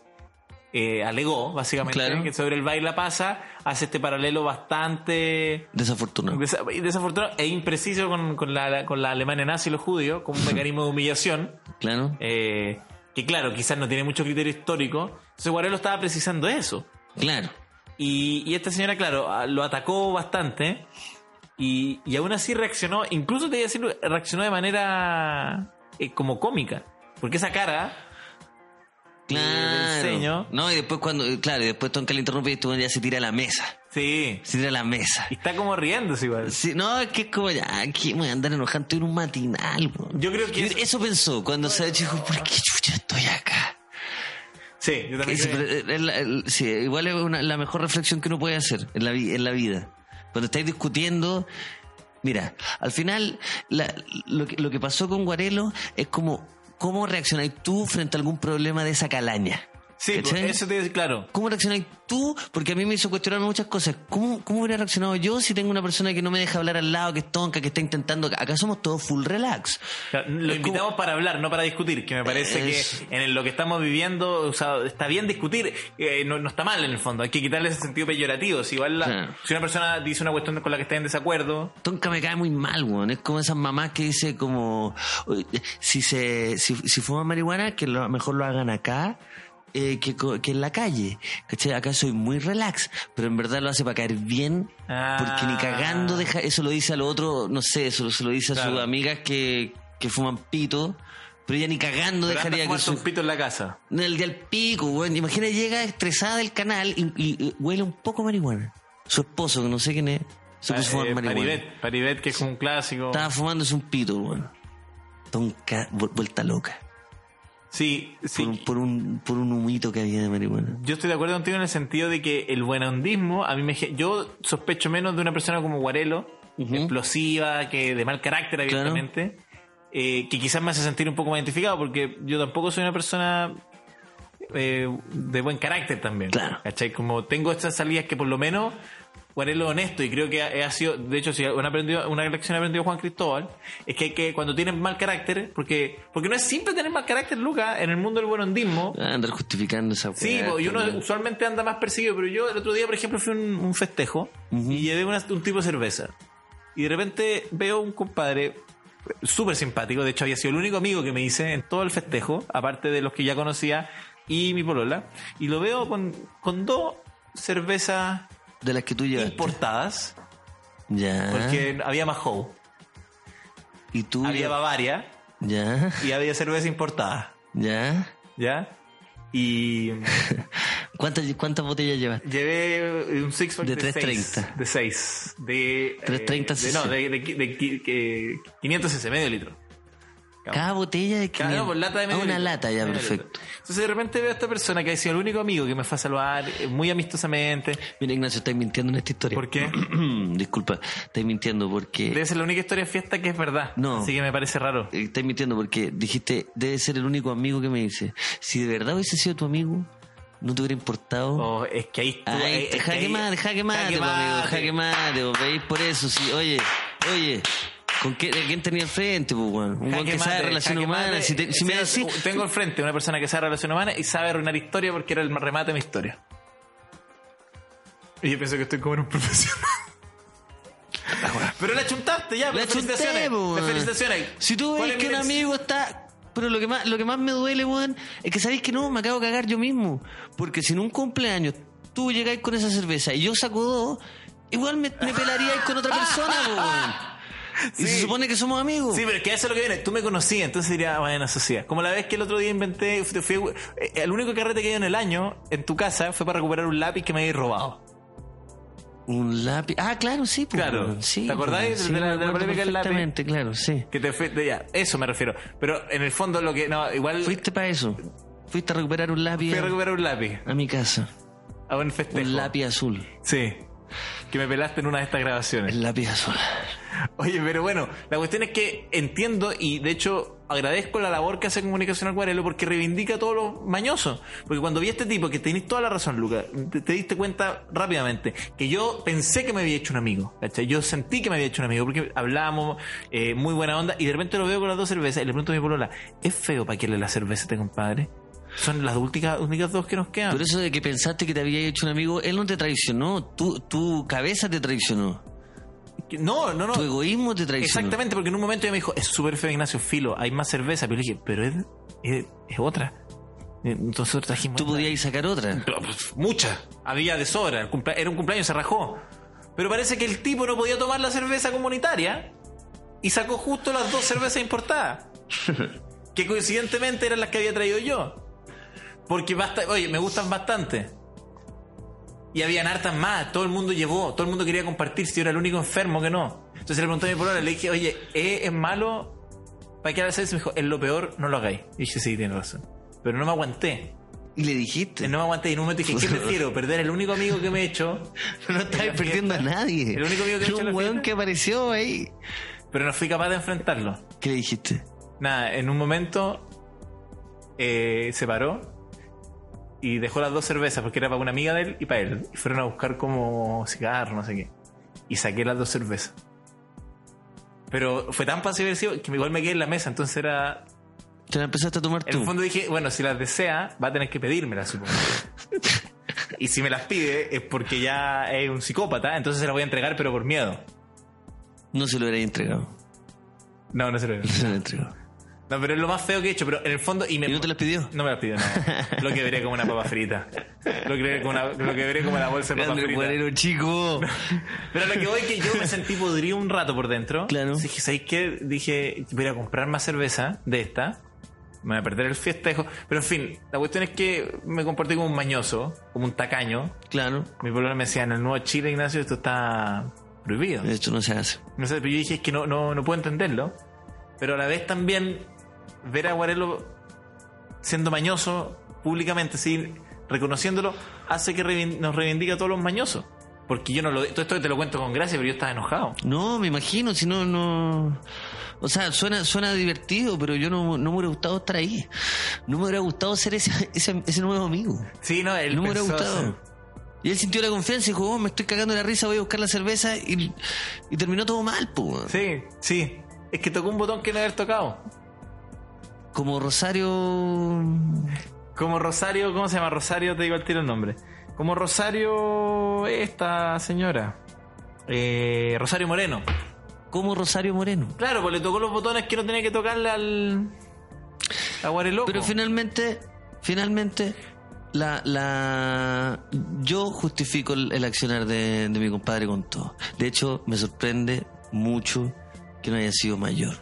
[SPEAKER 1] eh, alegó, básicamente,
[SPEAKER 2] Claro.
[SPEAKER 1] que sobre el baila pasa, hace este paralelo bastante
[SPEAKER 2] Desafortunado.
[SPEAKER 1] Desa- y desafortunado e impreciso con, con la, con la Alemania nazi y los judíos, como un mecanismo de humillación,
[SPEAKER 2] Claro.
[SPEAKER 1] eh, que claro, quizás no tiene mucho criterio histórico. Entonces Guarelo estaba precisando eso.
[SPEAKER 2] Claro.
[SPEAKER 1] Y, y esta señora, claro, a- lo atacó bastante y, y aún así reaccionó, incluso te voy a decir, reaccionó de manera eh, como cómica. Porque esa cara,
[SPEAKER 2] Claro.
[SPEAKER 1] del ceño.
[SPEAKER 2] No, y después cuando, claro, y después Tonka le interrumpe y este weón ya se tira a la mesa.
[SPEAKER 1] sí,
[SPEAKER 2] Se tira a la mesa.
[SPEAKER 1] y está como riéndose igual.
[SPEAKER 2] Sí, no, es que es como, ya, aquí me voy a andar enojando en un matinal, weón.
[SPEAKER 1] Yo creo que
[SPEAKER 2] Yo- eso pensó cuando se dijo, ¿por qué chucha estoy acá?
[SPEAKER 1] Sí, yo también.
[SPEAKER 2] Sí,
[SPEAKER 1] creo-
[SPEAKER 2] pero eh, es la- el- sí, igual es una- la mejor reflexión que uno puede hacer en la, vi- en la vida. Cuando estáis discutiendo, mira, al final la- lo, que, lo que pasó con Guarelo es como cómo reaccionáis tú frente a algún problema de esa calaña.
[SPEAKER 1] Sí, pues,
[SPEAKER 2] ¿Cachai?
[SPEAKER 1] eso te voy a decir, claro.
[SPEAKER 2] ¿Cómo reaccionáis tú? Porque a mí me hizo cuestionar muchas cosas. ¿Cómo, ¿Cómo hubiera reaccionado yo si tengo una persona que no me deja hablar al lado, que es tonca, que está intentando... Acá somos todos full relax.
[SPEAKER 1] O sea, Lo
[SPEAKER 2] Es
[SPEAKER 1] invitamos para hablar, no para discutir, que me parece
[SPEAKER 2] Es-
[SPEAKER 1] que en lo que estamos viviendo, o sea, está bien discutir, eh, no, no está mal en el fondo, hay que quitarle ese sentido peyorativo. Si, igual la-
[SPEAKER 2] Claro.
[SPEAKER 1] si una persona dice una cuestión con la que está en desacuerdo,
[SPEAKER 2] Tonka me cae muy mal, weón. Es como esas mamás que dice como "Oye, si se si, si fuman marihuana, que lo, mejor lo hagan acá. eh, que, co- que en la calle, ¿cachai? Acá soy muy relax, pero en verdad lo hace para caer bien,
[SPEAKER 1] Ah.
[SPEAKER 2] porque ni cagando deja, eso lo dice a lo otro, no sé, eso lo- se lo dice a
[SPEAKER 1] Claro.
[SPEAKER 2] sus amigas que, que fuman pito, pero ella ni cagando
[SPEAKER 1] pero anda a
[SPEAKER 2] dejaría que
[SPEAKER 1] fumarse
[SPEAKER 2] su,
[SPEAKER 1] un pito en la casa.
[SPEAKER 2] el día al pico, weón. Imagina, llega estresada del canal y, y- y huele un poco a marihuana. Su esposo, que no sé quién es, se puso a fumar
[SPEAKER 1] Eh,
[SPEAKER 2] marihuana.
[SPEAKER 1] Paribet, Paribet, que es un clásico.
[SPEAKER 2] Estaba fumándose un pito, weón. Tonca, vu- vuelta loca.
[SPEAKER 1] Sí, sí.
[SPEAKER 2] Por, un, por, un, por un humito que había de marihuana.
[SPEAKER 1] Yo estoy de acuerdo contigo en el sentido de que el buenondismo, a mí me. ge- Yo sospecho menos de una persona como Guarelo,
[SPEAKER 2] Ujú.
[SPEAKER 1] explosiva, que de mal carácter,
[SPEAKER 2] Claro.
[SPEAKER 1] evidentemente, eh, que quizás me hace sentir un poco más identificado, porque yo tampoco soy una persona eh, de buen carácter también.
[SPEAKER 2] Claro.
[SPEAKER 1] ¿Cachai? Como tengo estas salidas que por lo menos, bueno, es lo honesto, y creo que ha, ha sido, de hecho, si una, aprendido, una lección ha aprendido Juan Cristóbal, es que hay que, cuando tienes mal carácter, porque, porque no es simple tener mal carácter, Luca, en el mundo del buen hondismo.
[SPEAKER 2] Ah, andar justificando esa
[SPEAKER 1] Sí,
[SPEAKER 2] weá
[SPEAKER 1] po, y uno
[SPEAKER 2] Eh, también.
[SPEAKER 1] usualmente anda más perseguido, pero yo el otro día, por ejemplo, fui a un, un festejo y llevé una- un tipo de cerveza. Y de repente veo un compadre súper simpático, de hecho había sido el único amigo que me hice en todo el festejo, aparte de los que ya conocía y mi polola, y lo veo con, con dos cervezas
[SPEAKER 2] De las que tú llevaste.
[SPEAKER 1] importadas,
[SPEAKER 2] Ya.
[SPEAKER 1] porque había Mahou,
[SPEAKER 2] y tú.
[SPEAKER 1] había
[SPEAKER 2] ya-
[SPEAKER 1] Bavaria
[SPEAKER 2] Ya.
[SPEAKER 1] y había cerveza importada,
[SPEAKER 2] Ya.
[SPEAKER 1] ¿ya? Y
[SPEAKER 2] ¿Cuántas, cuántas botellas llevaste?
[SPEAKER 1] Llevé un six pack
[SPEAKER 2] De
[SPEAKER 1] de,
[SPEAKER 2] 330.
[SPEAKER 1] 6. De 6. De,
[SPEAKER 2] 330
[SPEAKER 1] eh, de- No,
[SPEAKER 2] cc.
[SPEAKER 1] de, de, qui- de qui- que- 500 cc, medio litro.
[SPEAKER 2] Cada botella de 500.
[SPEAKER 1] Cada no, por lata de
[SPEAKER 2] Ah,
[SPEAKER 1] medio
[SPEAKER 2] una
[SPEAKER 1] litro.
[SPEAKER 2] lata, ya,
[SPEAKER 1] Medio
[SPEAKER 2] perfecto.
[SPEAKER 1] litro. Entonces de repente veo a esta persona que ha sido el único amigo que me fue a saludar eh, muy amistosamente.
[SPEAKER 2] Mira, Ignacio, estáis mintiendo en esta historia.
[SPEAKER 1] ¿Por qué?
[SPEAKER 2] Disculpa, estáis mintiendo porque.
[SPEAKER 1] Debe ser la única historia en fiesta que es verdad.
[SPEAKER 2] No.
[SPEAKER 1] Así que me parece raro.
[SPEAKER 2] Eh, Estáis mintiendo porque dijiste, debe ser el único amigo que me dice. Si de verdad hubiese sido tu amigo, no te hubiera importado.
[SPEAKER 1] Oh, es que ahí estuvo-
[SPEAKER 2] Ay,
[SPEAKER 1] ahí- es que
[SPEAKER 2] eh, jaque
[SPEAKER 1] ahí-
[SPEAKER 2] mate, jaque mate,
[SPEAKER 1] jaque
[SPEAKER 2] po, amigo,
[SPEAKER 1] mate.
[SPEAKER 2] jaque mate, po, veis por eso, sí, oye, oye. ¿Con qué, ¿a quién tenía al frente, pues, weón? Un weón
[SPEAKER 1] Jaque
[SPEAKER 2] que sabe
[SPEAKER 1] mate,
[SPEAKER 2] relaciones
[SPEAKER 1] jaque mate.
[SPEAKER 2] humanas. Si, te- si me
[SPEAKER 1] O sea,
[SPEAKER 2] decís,
[SPEAKER 1] Tengo al frente una persona que sabe relaciones humanas y sabe arruinar historia porque era el remate de mi historia. Y yo pienso que estoy como en un profesional. Pero la chuntaste ya,
[SPEAKER 2] la
[SPEAKER 1] pero
[SPEAKER 2] chunté,
[SPEAKER 1] felicitaciones.
[SPEAKER 2] po,
[SPEAKER 1] Te
[SPEAKER 2] weón.
[SPEAKER 1] felicitaciones.
[SPEAKER 2] Si tú
[SPEAKER 1] ¿Cuál es
[SPEAKER 2] ves que
[SPEAKER 1] mi
[SPEAKER 2] un
[SPEAKER 1] ex?
[SPEAKER 2] amigo está. Pero lo que más, lo que más me duele, weón, es que sabéis que no, me acabo de cagar yo mismo. Porque si en un cumpleaños tú llegáis con esa cerveza y yo saco dos, igual me, me pelaríais con otra persona, po, weón. Y se
[SPEAKER 1] Sí.
[SPEAKER 2] supone que somos amigos.
[SPEAKER 1] Sí, pero es que eso es lo que viene. Tú me conocías, entonces diría, ah, bueno, sociedad. Como la vez que el otro día inventé, fui- fui- eh, el único carrete que dio en el año en tu casa fue para recuperar un lápiz que me habías robado.
[SPEAKER 2] Un lápiz. Ah, claro, sí, po,
[SPEAKER 1] Claro.
[SPEAKER 2] weón, sí,
[SPEAKER 1] ¿Te acordás
[SPEAKER 2] weón,
[SPEAKER 1] de la-
[SPEAKER 2] sí, me
[SPEAKER 1] de la
[SPEAKER 2] acuerdo
[SPEAKER 1] polémica del lápiz?
[SPEAKER 2] perfectamente, claro, sí.
[SPEAKER 1] Que te fue, de- ya, eso me refiero. Pero en el fondo lo que, no, igual fui
[SPEAKER 2] Fuiste para eso. Fuiste a recuperar un lápiz
[SPEAKER 1] a
[SPEAKER 2] a,
[SPEAKER 1] recuperar un lápiz.
[SPEAKER 2] a mi casa.
[SPEAKER 1] A un festejo.
[SPEAKER 2] Un lápiz azul.
[SPEAKER 1] Sí. Que me pelaste en una de estas grabaciones.
[SPEAKER 2] El lápiz azul.
[SPEAKER 1] Oye, pero bueno, la cuestión es que entiendo y de hecho agradezco la labor que hace Comunicación Acuarelo porque reivindica todos los mañosos. Porque cuando vi a este tipo, que tenés toda la razón, Luca, te, te diste cuenta rápidamente que yo pensé que me había hecho un amigo. ¿cachai? Yo sentí que me había hecho un amigo porque hablábamos, eh, muy buena onda, y de repente lo veo con las dos cervezas y le pregunto a mi polola, ¿es feo para que le la cerveza a este compadre? Son las últimas, únicas dos que nos quedan.
[SPEAKER 2] Por eso de que pensaste que te había hecho un amigo, él no te traicionó. Tu, tu cabeza te traicionó.
[SPEAKER 1] No, no, no.
[SPEAKER 2] Tu egoísmo te traicionó.
[SPEAKER 1] Exactamente, porque en un momento ella me dijo, es súper feo Ignacio, filo, hay más cerveza. Pero yo le dije, pero es, es, es otra. Entonces nosotros trajimos...
[SPEAKER 2] Tú
[SPEAKER 1] otra.
[SPEAKER 2] podías sacar otra.
[SPEAKER 1] Pero, pues, Mucha. Había de sobra. El cumplea- Era un cumpleaños, se rajó. Pero parece que el tipo no podía tomar la cerveza comunitaria y sacó justo las dos cervezas importadas. que coincidentemente eran las que había traído yo. Porque basta, oye, me gustan bastante. Y habían hartas más, todo el mundo llevó, todo el mundo quería compartir, si yo era el único enfermo que no. Entonces le pregunté a mi polola, le dije, oye, ¿eh, ¿es malo para qué la cerveza? Y me dijo, es lo peor, no lo hagáis. Y dije, sí, tienes razón. Pero no me aguanté.
[SPEAKER 2] Y le dijiste.
[SPEAKER 1] No me aguanté y en un momento dije, ¿qué prefiero? ¿Perder el único amigo que me he hecho?
[SPEAKER 2] No estabas perdiendo a nadie.
[SPEAKER 1] El único amigo que
[SPEAKER 2] Era
[SPEAKER 1] he hecho en
[SPEAKER 2] un
[SPEAKER 1] la
[SPEAKER 2] weón
[SPEAKER 1] fiesta.
[SPEAKER 2] que apareció ahí.
[SPEAKER 1] Pero no fui capaz de enfrentarlo.
[SPEAKER 2] ¿Qué le dijiste?
[SPEAKER 1] Nada, en un momento eh, se paró y dejó las dos cervezas porque era para una amiga de él y para él. Y fueron a buscar como cigarro, no sé qué. Y saqué las dos cervezas. Pero fue tan pasivo agresivo que igual me quedé en la mesa. Entonces era.
[SPEAKER 2] Te la empezaste a tomar
[SPEAKER 1] En el
[SPEAKER 2] tú.
[SPEAKER 1] fondo dije, bueno, si las desea, va a tener que pedírmelas, supongo. y si me las pide es porque ya es un psicópata, entonces se las voy a entregar, pero por miedo.
[SPEAKER 2] No se lo hubieras entregado.
[SPEAKER 1] No, no se lo
[SPEAKER 2] No se lo entregó.
[SPEAKER 1] No, pero es lo más feo que he hecho, pero en el fondo. Y, me,
[SPEAKER 2] ¿Y no te las pidió?
[SPEAKER 1] No me las pidió, no. Lo que veré como una papa frita. Lo que veré como una, lo que veré como una bolsa de papa
[SPEAKER 2] Grande
[SPEAKER 1] frita.
[SPEAKER 2] guarero, chico.
[SPEAKER 1] Pero lo que voy es que yo me sentí podrido un rato por dentro.
[SPEAKER 2] Claro.
[SPEAKER 1] Entonces Dije, ¿sabéis qué? Dije, voy a ir a comprar más cerveza de esta. Me voy a perder el festejo. Pero en fin, la cuestión es que me comporté como un mañoso, como un tacaño.
[SPEAKER 2] Claro.
[SPEAKER 1] Mi problema me decía, en el nuevo Chile, Ignacio, esto está prohibido.
[SPEAKER 2] De hecho, no se hace.
[SPEAKER 1] No sé, pero yo dije, es que no, no, no puedo entenderlo. Pero a la vez también ver a Guarelo siendo mañoso públicamente, sí, reconociéndolo, hace que reivin- nos reivindica a todos los mañosos. Porque yo no lo. Todo esto te lo cuento con gracia, pero yo estaba enojado.
[SPEAKER 2] No, me imagino, si no, no. O sea, suena, suena divertido, pero yo no, no me hubiera gustado estar ahí. No me hubiera gustado ser ese, ese, ese nuevo amigo.
[SPEAKER 1] Sí, no, él
[SPEAKER 2] no me hubiera
[SPEAKER 1] pensó
[SPEAKER 2] gustado.
[SPEAKER 1] hacer-
[SPEAKER 2] Y él sintió la confianza y dijo, oh, me estoy cagando la risa, voy a buscar la cerveza y, y terminó todo mal, po.
[SPEAKER 1] Sí, sí. Es que tocó un botón que no haber tocado.
[SPEAKER 2] Como Rosario...
[SPEAKER 1] Como Rosario, ¿cómo se llama? Rosario, te digo al tiro el nombre. Como Rosario, esta señora. Eh, Rosario Moreno.
[SPEAKER 2] Como Rosario Moreno.
[SPEAKER 1] Claro, pues le tocó los botones que no tenía que tocarle al. A Guareloco.
[SPEAKER 2] Pero finalmente, finalmente, la, la yo justifico el, el accionar de, de mi compadre con todo. De hecho, me sorprende mucho que no haya sido mayor.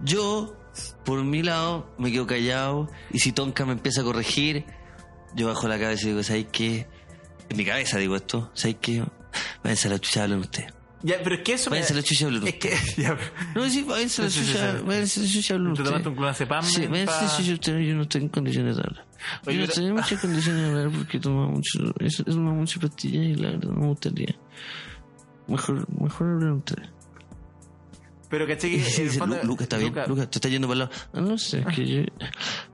[SPEAKER 2] Yo, por mi lado, me quedo callado y si Tonka me empieza a corregir, yo bajo la cabeza y digo, ¿sabes qué? En mi cabeza digo esto, ¿sabes qué? Váyanse a la chucha, hablen ustedes.
[SPEAKER 1] Ya, pero es que eso. me-
[SPEAKER 2] Váyanse a la chucha, hablen
[SPEAKER 1] Es que.
[SPEAKER 2] ustedes.
[SPEAKER 1] ya,
[SPEAKER 2] No, sí, váyanse a la
[SPEAKER 1] Sí, sí, sí,
[SPEAKER 2] chucha,
[SPEAKER 1] sí.
[SPEAKER 2] váyanse a la chucha,
[SPEAKER 1] Tú
[SPEAKER 2] hablen
[SPEAKER 1] tomaste
[SPEAKER 2] ustedes.
[SPEAKER 1] un clonazepam
[SPEAKER 2] Sí, me
[SPEAKER 1] pa-
[SPEAKER 2] dice, yo, te- yo no estoy en condiciones de hablar.
[SPEAKER 1] Oye,
[SPEAKER 2] yo no
[SPEAKER 1] pero-
[SPEAKER 2] estoy en muchas condiciones de hablar porque toma mucho, es, es una mucha pastilla y la verdad no me gustaría. Mejor, mejor hablar ustedes.
[SPEAKER 1] Pero caché que.
[SPEAKER 2] Y
[SPEAKER 1] en el
[SPEAKER 2] dice,
[SPEAKER 1] fondo-
[SPEAKER 2] Lu- Luca, está bien,
[SPEAKER 1] Luca-
[SPEAKER 2] Luca, te está yendo para el lado. Ah, No sé, que yo.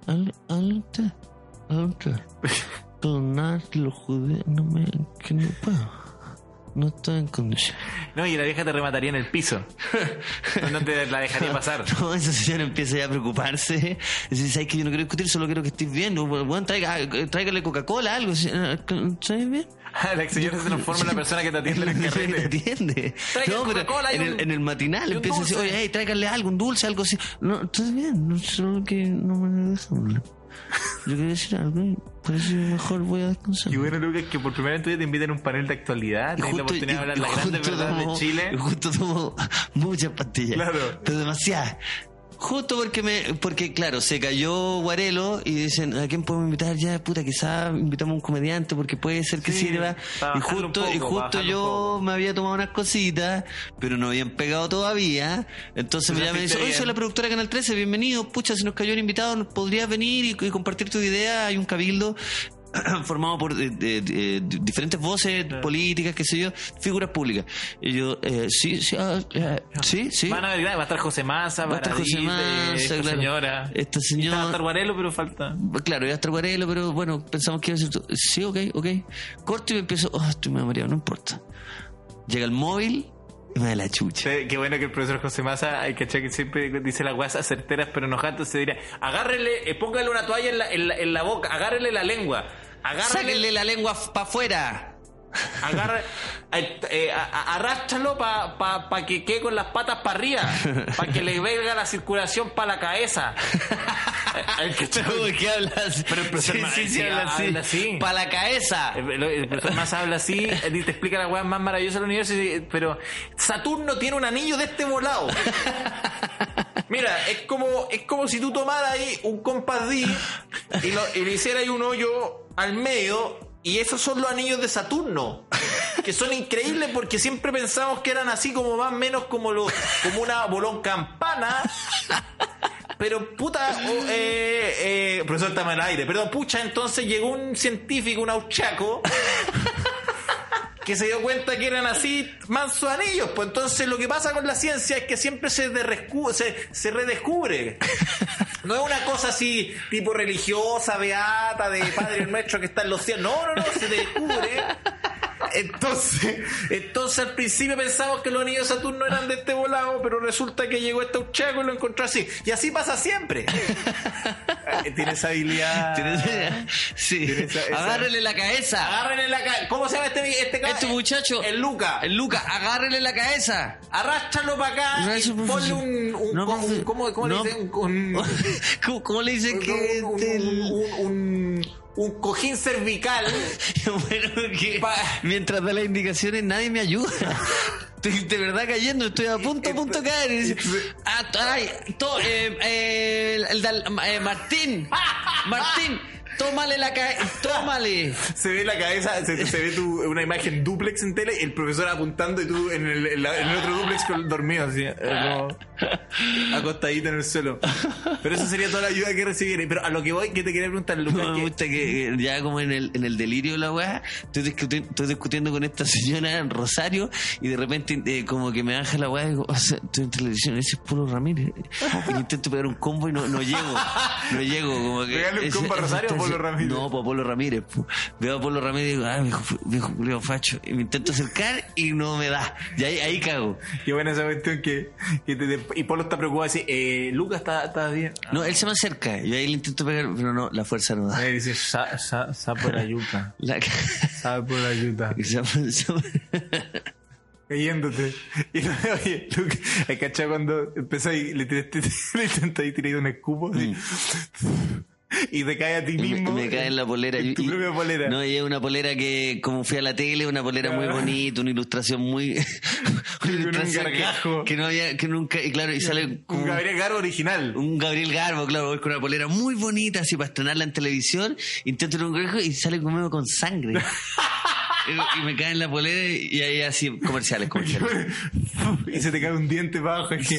[SPEAKER 2] Habla, habla usted, habla usted. Donar lo judío, no me. que no puedo. No estoy en condiciones.
[SPEAKER 1] No, y la vieja te remataría en el piso. No, no te la dejaría pasar.
[SPEAKER 2] No, esa señora empieza ya a preocuparse. Dice, ¿sabes que yo no quiero discutir, solo quiero que estés bien? Bueno, traiga, tráigale Coca-Cola, algo. ¿Estás bien?
[SPEAKER 1] la señora se transforma en la persona que te atiende en el
[SPEAKER 2] ¿Me
[SPEAKER 1] carrete.
[SPEAKER 2] entiende?
[SPEAKER 1] Traiga
[SPEAKER 2] No, pero
[SPEAKER 1] Coca-Cola y
[SPEAKER 2] en,
[SPEAKER 1] un-
[SPEAKER 2] el, en el
[SPEAKER 1] y
[SPEAKER 2] matinal
[SPEAKER 1] un
[SPEAKER 2] empieza a decir,
[SPEAKER 1] dulce.
[SPEAKER 2] oye, hey, tráigale algo, un dulce, algo así. No, ¿estás bien? No, solo que no me deja hablar. Yo quería decir algo y por eso mejor voy a descansar.
[SPEAKER 1] Y bueno, Lucas, que por primera vez en tu vida te invitan a un panel de actualidad.
[SPEAKER 2] Y
[SPEAKER 1] Tienes la oportunidad de
[SPEAKER 2] y-
[SPEAKER 1] hablar
[SPEAKER 2] y
[SPEAKER 1] las grandes
[SPEAKER 2] justo
[SPEAKER 1] verdades de
[SPEAKER 2] tomo-
[SPEAKER 1] Chile.
[SPEAKER 2] y Justo tomo muchas pastillas.
[SPEAKER 1] Claro.
[SPEAKER 2] Pero demasiadas. Justo porque me, porque claro, se cayó Guarelo y dicen, ¿a quién podemos invitar? Ya, puta, quizás invitamos a un comediante porque puede ser que
[SPEAKER 1] Sí,
[SPEAKER 2] sirva.
[SPEAKER 1] para bajarle
[SPEAKER 2] Y
[SPEAKER 1] un
[SPEAKER 2] justo,
[SPEAKER 1] poco,
[SPEAKER 2] y
[SPEAKER 1] para
[SPEAKER 2] justo
[SPEAKER 1] bajarle un
[SPEAKER 2] yo
[SPEAKER 1] poco.
[SPEAKER 2] me había tomado unas cositas, pero no habían pegado todavía. Entonces
[SPEAKER 1] Te
[SPEAKER 2] me llaman y
[SPEAKER 1] sentiste
[SPEAKER 2] dicen, oye, soy
[SPEAKER 1] bien".
[SPEAKER 2] la productora de Canal 13, bienvenido, pucha, se nos cayó el invitado, ¿nos podrías venir y, y compartir tu idea? Hay un cabildo formado por eh, eh, eh, diferentes voces políticas, qué sé yo, figuras públicas. Y yo, eh, sí, sí, ah, eh, sí, sí.
[SPEAKER 1] Van a ver, va a estar José Massa,
[SPEAKER 2] Va a estar José
[SPEAKER 1] Baradit, eh,
[SPEAKER 2] Massa,
[SPEAKER 1] esta
[SPEAKER 2] claro. Este
[SPEAKER 1] señora.
[SPEAKER 2] Esta
[SPEAKER 1] Y está- va a estar
[SPEAKER 2] señora-
[SPEAKER 1] Guarelo, pero falta.
[SPEAKER 2] Claro, iba a estar Guarelo, pero bueno, pensamos que iba a ser tú. Sí, ok, ok. Corto y me empiezo, ah, estoy medio mareado, no importa. Llega el móvil y me da la chucha.
[SPEAKER 1] Sí, Qué bueno que el profesor José Massa, hay que achar que siempre dice las guasas certeras pero enojantes, se diría, agárrele, eh, póngale una toalla en la, en la, en la boca, agárrele la lengua, agárrele,
[SPEAKER 2] Sáquenle la lengua para afuera.
[SPEAKER 1] agarra, eh, eh, a- a- arrástralo para pa, pa que quede con las patas para arriba, para que le venga la circulación para la cabeza. Hay que achar-
[SPEAKER 2] Uy, ¿Qué hablas?
[SPEAKER 1] Pero el profesor
[SPEAKER 2] sí, sí, sí,
[SPEAKER 1] Maestría
[SPEAKER 2] habla así.
[SPEAKER 1] habla así.
[SPEAKER 2] Para la cabeza.
[SPEAKER 1] El, el- el profesor Massa habla así, y te explica la weá más maravillosa del universo, y dice, pero Saturno tiene un anillo de este volado. Mira, es como, es como si tú tomaras ahí un compás D y, lo- y le hicieras ahí un hoyo al medio, y esos son los anillos de Saturno. Que son increíbles porque siempre pensamos que eran así como más o menos como, lo, como una bolón campana. Pero puta, oh, eh, eh, profesor estamos en el aire. Perdón, pucha, entonces llegó un científico, un auchaco, que se dio cuenta que eran así mansos anillos. Pues entonces lo que pasa con la ciencia es que siempre se, derrescu- se, se redescubre. No es una cosa así tipo religiosa, beata, de Padre Nuestro que está en los cielos. No, no, no, se descubre. Entonces, entonces al principio pensamos que los anillos de Saturno eran de este volado, pero resulta que llegó este auchaco y lo encontró así. Y así pasa siempre. Eh, Tiene esa habilidad.
[SPEAKER 2] ¿Tienes idea? Sí.
[SPEAKER 1] Tiene esa- esa-
[SPEAKER 2] Agárrele la cabeza.
[SPEAKER 1] Agárrenle la ca- ¿Cómo se llama este, este ca-
[SPEAKER 2] Este muchacho.
[SPEAKER 1] El Luca.
[SPEAKER 2] El Luca, agárrele la cabeza.
[SPEAKER 1] Arrástralo para acá.
[SPEAKER 2] No,
[SPEAKER 1] y
[SPEAKER 2] eso,
[SPEAKER 1] ponle
[SPEAKER 2] profesor.
[SPEAKER 1] un. un,
[SPEAKER 2] No,
[SPEAKER 1] co- un-
[SPEAKER 2] profe-
[SPEAKER 1] ¿Cómo, cómo le
[SPEAKER 2] no.
[SPEAKER 1] dicen? Un- un-
[SPEAKER 2] ¿Cómo, cómo le dice que
[SPEAKER 1] un-
[SPEAKER 2] este-
[SPEAKER 1] un- un- un cojín cervical.
[SPEAKER 2] Bueno, que
[SPEAKER 1] Pa-
[SPEAKER 2] mientras da las indicaciones nadie me ayuda. Estoy de verdad cayendo, estoy a punto, a punto de caer. Y dice,
[SPEAKER 1] Este-
[SPEAKER 2] ah, t- ay, to- eh, eh, el- el dal- eh, Martín, Martín, tómale la cabeza, tómale.
[SPEAKER 1] Se ve la cabeza, se, se ve tu- una imagen duplex en tele, el profesor apuntando y tú en el, en la- en el otro duplex con- dormido así. eh, como- acostadita en el suelo. Pero esa sería toda la ayuda que recibiera. Pero a lo que voy, que te quería preguntar, Lucas,
[SPEAKER 2] No, me
[SPEAKER 1] que-
[SPEAKER 2] gusta que, que ya como en el, en el delirio de la weá, estoy, discuti- estoy discutiendo con esta señora en Rosario y de repente eh, como que me baja la weá y digo, o sea, estoy en televisión, ese es Polo Ramírez. Y le intento pegar un combo y no, no llego. No llego. Como que
[SPEAKER 1] Pegarle un
[SPEAKER 2] ese-
[SPEAKER 1] combo a
[SPEAKER 2] ese
[SPEAKER 1] Rosario o
[SPEAKER 2] está-
[SPEAKER 1] Polo Ramírez.
[SPEAKER 2] No, pues a Polo Ramírez. po. Veo a Polo Ramírez y digo, ah, viejo, viejo culiao facho. Y me intento acercar y no me da. Y ahí, ahí cago.
[SPEAKER 1] Qué buena esa cuestión que, que te- te- y Polo está preocupado dice, eh, Lucas está, está bien.
[SPEAKER 2] No, él se me acerca. Yo ahí le intento pegar, pero no, la fuerza no da.
[SPEAKER 1] Ahí dice, sa, sa, sa por la yuta,
[SPEAKER 2] La...
[SPEAKER 1] sa por la yuta. Cayéndote. Y no, oye, Lucas, ¿hay cachado cuando empezás y le, tiras- te- te- le intentas ahí tirar un escupo? así? Y te cae a ti
[SPEAKER 2] Y Mm. me-
[SPEAKER 1] mismo.
[SPEAKER 2] Me, cae en la polera.
[SPEAKER 1] En tu
[SPEAKER 2] Y- y-
[SPEAKER 1] propia polera.
[SPEAKER 2] No, y es una polera que, como fui a la tele, una polera muy
[SPEAKER 1] Ah.
[SPEAKER 2] bonita, una ilustración muy.
[SPEAKER 1] Con un
[SPEAKER 2] que-
[SPEAKER 1] gargajo.
[SPEAKER 2] que, no había, que nunca. Y claro, y sale
[SPEAKER 1] Un
[SPEAKER 2] como
[SPEAKER 1] Gabriel Garbo original.
[SPEAKER 2] un Gabriel Garbo, claro, voy con una polera muy bonita, así para estrenarla en televisión, intento en un gargajo y sale conmigo con sangre. Y- y me cae en la polera y ahí así, comerciales, comerciales.
[SPEAKER 1] y se te cae un diente para abajo. es que-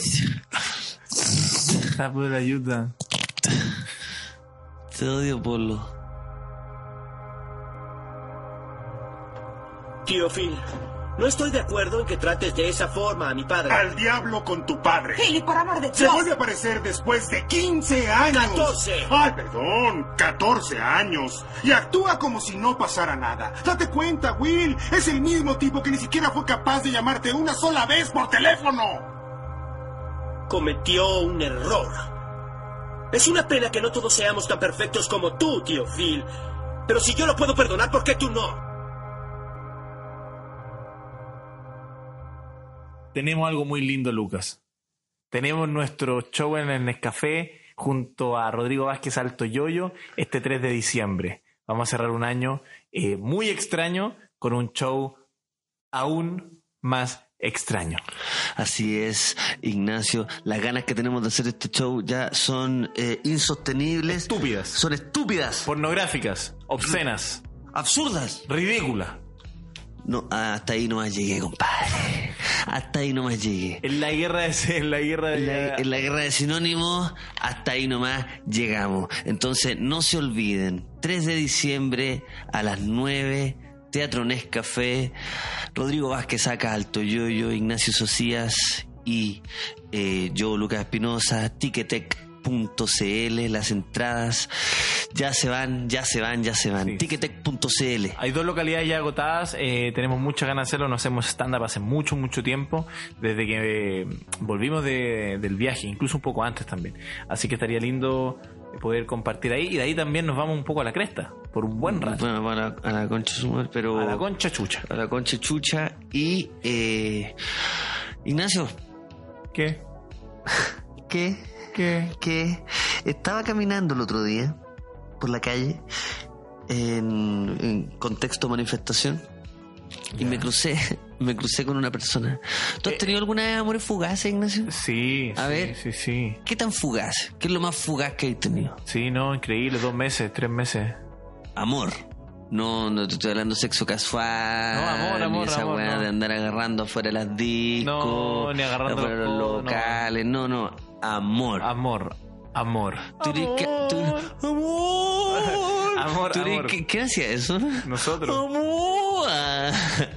[SPEAKER 1] Sa por la yuta.
[SPEAKER 2] Te odio, Polo.
[SPEAKER 4] Tío Phil, no estoy de acuerdo en que trates de esa forma a mi padre.
[SPEAKER 5] Al diablo con tu padre.
[SPEAKER 6] Philip, por amor de
[SPEAKER 5] Se
[SPEAKER 6] Dios.
[SPEAKER 5] vuelve a aparecer después de 15 años.
[SPEAKER 4] 14.
[SPEAKER 5] Ay, perdón, 14 años. Y actúa como si no pasara nada. Date cuenta, Will. Es el mismo tipo que ni siquiera fue capaz de llamarte una sola vez por teléfono.
[SPEAKER 4] Cometió un error. Es una pena que no todos seamos tan perfectos como tú, tío Phil. Pero si yo lo puedo perdonar, ¿por qué tú no?
[SPEAKER 1] Tenemos algo muy lindo, Lucas. Tenemos nuestro show en el Nescafé junto a Rodrigo Vázquez Alto Yoyo este 3 de diciembre. Vamos a cerrar un año eh, muy extraño con un show aún más extraño.
[SPEAKER 2] Así es, Ignacio. Las ganas que tenemos de hacer este show ya son eh, insostenibles.
[SPEAKER 1] Estúpidas.
[SPEAKER 2] Son estúpidas.
[SPEAKER 1] Pornográficas, obscenas,
[SPEAKER 2] Absurdas.
[SPEAKER 1] ridículas.
[SPEAKER 2] No, hasta ahí nomás llegué, compadre. Hasta ahí nomás llegué.
[SPEAKER 1] En la guerra de... En la guerra de...
[SPEAKER 2] En la, en la guerra de sinónimos, hasta ahí nomás llegamos. Entonces, no se olviden, 3 de diciembre a las 9, Teatro Nescafé, Rodrigo Vázquez saca alto yoyo, Ignacio Socias y eh, yo, Lucas Espinosa, Ticketek.cl, las entradas ya se van, ya se van, ya se van.
[SPEAKER 1] Sí.
[SPEAKER 2] Ticketek.cl.
[SPEAKER 1] Hay dos localidades ya agotadas, eh, tenemos muchas ganas de hacerlo, no hacemos stand-up hace mucho, mucho tiempo, desde que eh, volvimos de- del viaje, incluso un poco antes también. Así que estaría lindo poder compartir ahí y de ahí también nos vamos un poco a la cresta, por un buen rato.
[SPEAKER 2] Bueno, a la, a la concha su madre, pero.
[SPEAKER 1] A la concha chucha.
[SPEAKER 2] a la concha chucha y eh, Ignacio
[SPEAKER 1] ¿Qué?
[SPEAKER 2] que
[SPEAKER 1] ¿Qué?
[SPEAKER 2] que estaba caminando el otro día por la calle en, en contexto manifestación y me crucé me crucé con una persona ¿tú has
[SPEAKER 1] Eh.
[SPEAKER 2] tenido alguna amores fugaces Ignacio?
[SPEAKER 1] Sí,
[SPEAKER 2] A
[SPEAKER 1] sí,
[SPEAKER 2] ver.
[SPEAKER 1] sí, sí.
[SPEAKER 2] ¿qué tan fugaz? ¿qué es lo más fugaz que has tenido?
[SPEAKER 1] Sí, no, increíble, dos meses, tres meses.
[SPEAKER 2] amor no, no te estoy hablando de sexo casual.
[SPEAKER 1] No, amor,
[SPEAKER 2] ni
[SPEAKER 1] amor,
[SPEAKER 2] Esa
[SPEAKER 1] amor,
[SPEAKER 2] weá
[SPEAKER 1] no.
[SPEAKER 2] de andar agarrando afuera las discos.
[SPEAKER 1] No, ni agarrando
[SPEAKER 2] afuera
[SPEAKER 1] los
[SPEAKER 2] los
[SPEAKER 1] codos, no.
[SPEAKER 2] locales. No, no. Amor.
[SPEAKER 1] Amor, amor.
[SPEAKER 2] Tú eres ca- tú- amor.
[SPEAKER 1] Amor,
[SPEAKER 2] Tú eres
[SPEAKER 1] amor.
[SPEAKER 2] ca- ¿Qué hacía eso?
[SPEAKER 1] Nosotros.
[SPEAKER 2] Amor. Ah,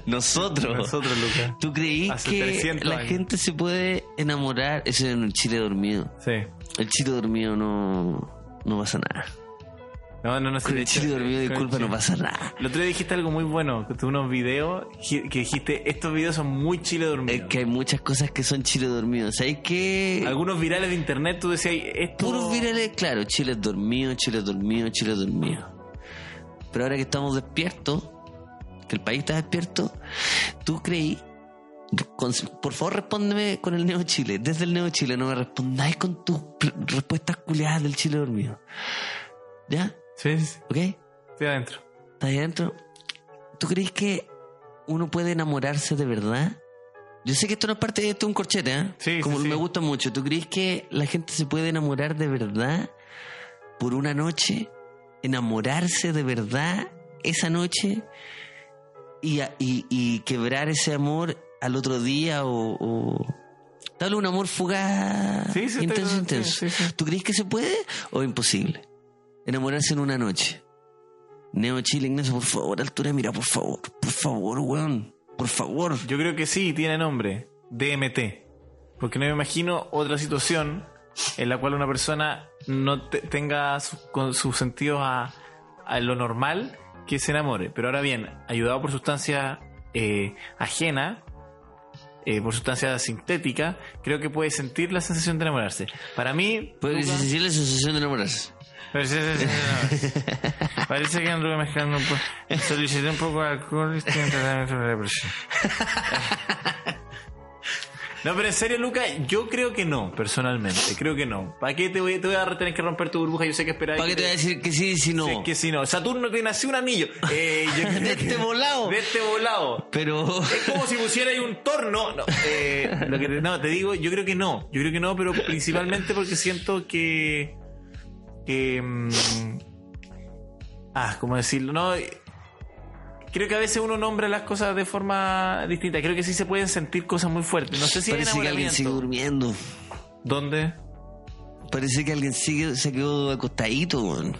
[SPEAKER 2] Nosotros.
[SPEAKER 1] Nosotros, Lucas.
[SPEAKER 2] ¿Tú creí
[SPEAKER 1] Hace
[SPEAKER 2] que
[SPEAKER 1] 300
[SPEAKER 2] la
[SPEAKER 1] años.
[SPEAKER 2] gente se puede enamorar? Eso en un chile dormido.
[SPEAKER 1] Sí.
[SPEAKER 2] El chile dormido no, no pasa nada.
[SPEAKER 1] No, no, no. sí,
[SPEAKER 2] Con
[SPEAKER 1] de
[SPEAKER 2] el
[SPEAKER 1] hecho,
[SPEAKER 2] chile dormido,
[SPEAKER 1] con el
[SPEAKER 2] disculpa,
[SPEAKER 1] chile-
[SPEAKER 2] no pasa nada.
[SPEAKER 1] El otro día dijiste algo muy bueno, que tuve unos videos gi- que dijiste, estos videos son muy chile
[SPEAKER 2] Es
[SPEAKER 1] dormido.
[SPEAKER 2] que hay muchas cosas que son chile dormido. ¿Sabes qué?
[SPEAKER 1] Algunos virales de internet tú decías, esto...
[SPEAKER 2] Puros virales, claro, Chile dormido, Chile dormido, Chile dormido. Pero ahora que estamos despiertos, que el país está despierto, ¿tú creí? con- por favor, respóndeme con el Neo Chile. Desde el Neo Chile, no me respondáis con tus pl- respuestas culiadas del Chile dormido. ¿Ya?
[SPEAKER 1] Sí, sí, sí,
[SPEAKER 2] ¿Ok? ¿Estás
[SPEAKER 1] estoy adentro.
[SPEAKER 2] ahí adentro? ¿Tú crees que uno puede enamorarse de verdad? Yo sé que esto no es parte de esto, es un corchete, ¿eh?
[SPEAKER 1] Sí,
[SPEAKER 2] Como
[SPEAKER 1] sí, sí.
[SPEAKER 2] me gusta mucho. ¿Tú crees que la gente se puede enamorar de verdad por una noche? ¿Enamorarse de verdad esa noche? Y, a- y- y quebrar ese amor al otro día o... o- Dale un amor
[SPEAKER 1] Sí,
[SPEAKER 2] fugaz.
[SPEAKER 1] sí, estoy-
[SPEAKER 2] intenso,
[SPEAKER 1] sí,
[SPEAKER 2] intenso.
[SPEAKER 1] sí, sí.
[SPEAKER 2] ¿Tú crees que se puede o imposible? Enamorarse en una noche. Neo Chile, Ignacio, por favor, altura, mira, por favor, por favor, weón. Por favor.
[SPEAKER 1] Yo creo que sí, tiene nombre. DMT. Porque no me imagino otra situación en la cual una persona no te- tenga su- con sus sentidos a, a lo normal que se enamore. Pero ahora bien, ayudado por sustancia eh, ajena, eh, por sustancia sintética, creo que puede sentir la sensación de enamorarse. Para mí...
[SPEAKER 2] Puede
[SPEAKER 1] Luca-
[SPEAKER 2] sentir la sensación de enamorarse.
[SPEAKER 1] Parece, sí, sí, sí, no. Parece que anduve mezclando un poco. Solicité un poco de alcohol y estoy en tratamiento de depresión. No, pero en serio, Luca, yo creo que no, personalmente. Creo que no. ¿Para qué te voy, te voy a tener que romper tu burbuja? Yo sé que esperáis.
[SPEAKER 2] ¿Para qué te voy a decir que sí si no?
[SPEAKER 1] Sí, que si no. Saturno te nació un anillo. Eh, yo creo
[SPEAKER 2] De
[SPEAKER 1] que-
[SPEAKER 2] este volado.
[SPEAKER 1] De este volado.
[SPEAKER 2] Pero.
[SPEAKER 1] Es como si pusierais un torno. No, eh, lo que te, no, te digo, yo creo que no. Yo creo que no, pero principalmente porque siento que. que. mm, ah, ¿cómo decirlo? No. eh, Creo que a veces uno nombra las cosas de forma distinta. Creo que sí se pueden sentir cosas muy fuertes. No sé si hay
[SPEAKER 2] Parece que alguien sigue
[SPEAKER 1] enamoramiento.
[SPEAKER 2] durmiendo.
[SPEAKER 1] ¿Dónde?
[SPEAKER 2] Parece que alguien sigue, se quedó acostadito, weón.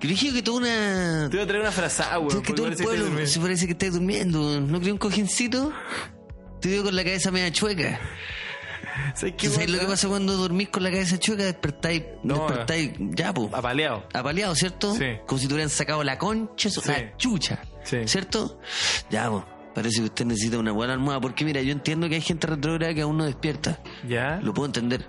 [SPEAKER 2] Que dije que toda una.
[SPEAKER 1] Te voy a traer una frazada, weón.
[SPEAKER 2] Creo que
[SPEAKER 1] porque
[SPEAKER 2] todo el
[SPEAKER 1] parece que estoy
[SPEAKER 2] pueblo se
[SPEAKER 1] durmiendo.
[SPEAKER 2] parece que está durmiendo. weón. ¿No crees un cojincito? Te veo con la cabeza media chueca.
[SPEAKER 1] ¿Sabes qué,
[SPEAKER 2] ¿Tú sabes
[SPEAKER 1] weón?
[SPEAKER 2] lo que pasa cuando dormís con la cabeza chueca? Despertáis,
[SPEAKER 1] No,
[SPEAKER 2] despertáis ya, po.
[SPEAKER 1] Apaleado.
[SPEAKER 2] Apaleado, ¿cierto?
[SPEAKER 1] Sí.
[SPEAKER 2] Como si te hubieran sacado la concha, o
[SPEAKER 1] Sí.
[SPEAKER 2] la chucha.
[SPEAKER 1] Sí.
[SPEAKER 2] ¿Cierto? Ya, po. Parece que usted necesita una buena almohada. Porque mira, yo entiendo que hay gente retrógrada que aún no despierta.
[SPEAKER 1] ¿Ya?
[SPEAKER 2] Lo puedo entender.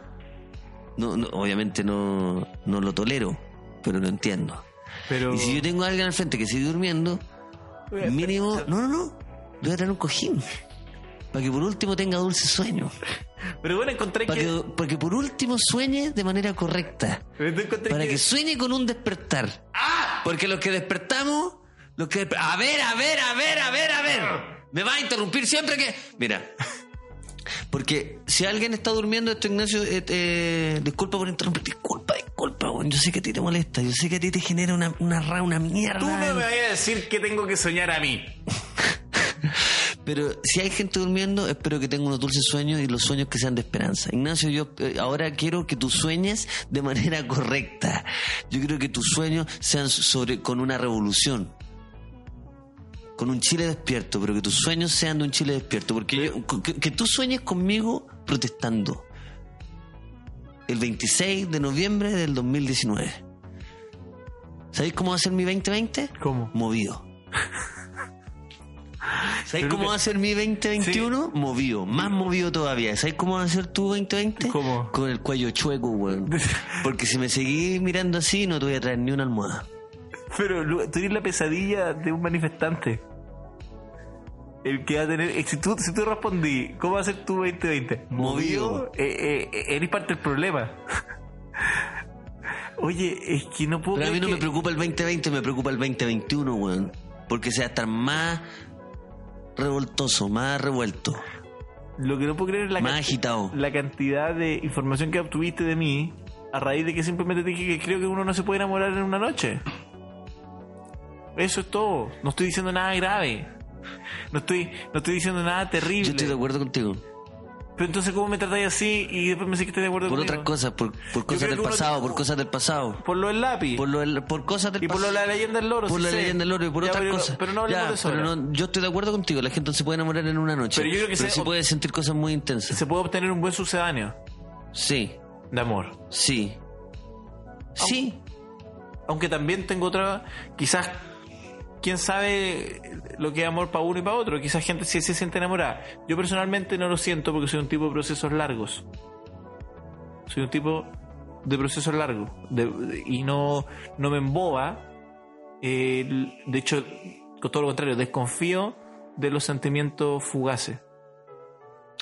[SPEAKER 2] No, no, obviamente no, no lo tolero, pero lo entiendo.
[SPEAKER 1] Pero.
[SPEAKER 2] Y si yo tengo a alguien al frente que sigue durmiendo, mínimo. No, no, no. Le voy a traer un cojín. Para que por último tenga dulce sueño.
[SPEAKER 1] Pero bueno, encontré
[SPEAKER 2] Para
[SPEAKER 1] que.
[SPEAKER 2] que, para que por último sueñe de manera correcta.
[SPEAKER 1] encontré
[SPEAKER 2] Para que sueñe con un despertar.
[SPEAKER 1] Ah.
[SPEAKER 2] Porque los que despertamos. Los que desper- A ver, a ver, a ver, a ver, a ver. Me va a interrumpir siempre que. Mira. Porque si alguien está durmiendo, esto Ignacio, eh, eh, disculpa por interrumpir, disculpa, disculpa, weón. yo sé que a ti te molesta, yo sé que a ti te genera una, una ra, una mierda.
[SPEAKER 1] Tú no me vayas a decir que tengo que soñar a mí.
[SPEAKER 2] Pero si hay gente durmiendo, espero que tenga unos dulces sueños y los sueños que sean de esperanza. Ignacio, yo eh, ahora quiero que tú sueñes de manera correcta. Yo quiero que tus sueños sean sobre con una revolución. Con un Chile despierto, pero que tus sueños sean de un Chile despierto. Porque yo- con- que, que tú sueñes conmigo protestando. El 26 de noviembre del 2019. ¿Sabéis cómo va a ser mi 2020?
[SPEAKER 1] ¿Cómo?
[SPEAKER 2] Movido. ¿Sabéis
[SPEAKER 1] Pero
[SPEAKER 2] cómo
[SPEAKER 1] que-
[SPEAKER 2] va a ser mi 2021? Movido, más movido todavía. ¿Sabéis cómo va a ser tu 2020?
[SPEAKER 1] ¿Cómo?
[SPEAKER 2] Con el cuello chueco, weón. Porque si me seguís mirando así, no te voy a traer ni una almohada.
[SPEAKER 1] Pero Lu- tú eres la pesadilla de un manifestante. El que va a tener. eh, Si tú, si tú respondí, ¿cómo va a ser tu 2020?
[SPEAKER 2] Movido.
[SPEAKER 1] Eh, eh, eh, eres parte del problema. Oye, es que no puedo.
[SPEAKER 2] Pero a mí
[SPEAKER 1] creer
[SPEAKER 2] no me
[SPEAKER 1] que-
[SPEAKER 2] preocupa el 2020, me preocupa el 2021, weón. Porque se va a estar más revoltoso, más revuelto,
[SPEAKER 1] Lo que no puedo creer es la,
[SPEAKER 2] más
[SPEAKER 1] canti-
[SPEAKER 2] agitado.
[SPEAKER 1] la cantidad de información que obtuviste de mí a raíz de que simplemente te dije que creo que uno no se puede enamorar en una noche. Eso es todo. No estoy diciendo nada grave. No estoy, no estoy diciendo nada terrible.
[SPEAKER 2] Yo estoy de acuerdo contigo.
[SPEAKER 1] Pero entonces, ¿cómo me tratáis así y después me decís que estás de acuerdo
[SPEAKER 2] Por
[SPEAKER 1] conmigo?
[SPEAKER 2] otras cosas, por, por
[SPEAKER 1] creo
[SPEAKER 2] cosas del
[SPEAKER 1] que uno
[SPEAKER 2] pasado,
[SPEAKER 1] tiene-
[SPEAKER 2] por cosas del pasado.
[SPEAKER 1] Por lo del lápiz.
[SPEAKER 2] Por, lo del- por cosas del
[SPEAKER 1] y por lo
[SPEAKER 2] pasado.
[SPEAKER 1] de la leyenda del loro.
[SPEAKER 2] por
[SPEAKER 1] Pues sí
[SPEAKER 2] la
[SPEAKER 1] sé.
[SPEAKER 2] leyenda del oro y por
[SPEAKER 1] Ya,
[SPEAKER 2] otras
[SPEAKER 1] pero,
[SPEAKER 2] cosas.
[SPEAKER 1] Pero no hablemos
[SPEAKER 2] Ya,
[SPEAKER 1] de eso.
[SPEAKER 2] pero
[SPEAKER 1] ahora.
[SPEAKER 2] no- yo estoy de acuerdo contigo, la gente no se puede enamorar en una noche.
[SPEAKER 1] Pero yo creo que
[SPEAKER 2] Pero
[SPEAKER 1] se-
[SPEAKER 2] sí puede sentir cosas muy intensas.
[SPEAKER 1] Se puede obtener un buen sucedáneo
[SPEAKER 2] Sí,
[SPEAKER 1] de amor.
[SPEAKER 2] sí. Sí,
[SPEAKER 1] Aunque también tengo otra. Quizás. Quién sabe lo que es amor para uno y para otro. Quizás gente sí se siente enamorada. Yo personalmente no lo siento porque soy un tipo de procesos largos. Soy un tipo de procesos largos. de- de- y no, no me emboba. Eh, de hecho, con todo lo contrario, desconfío de los sentimientos fugaces.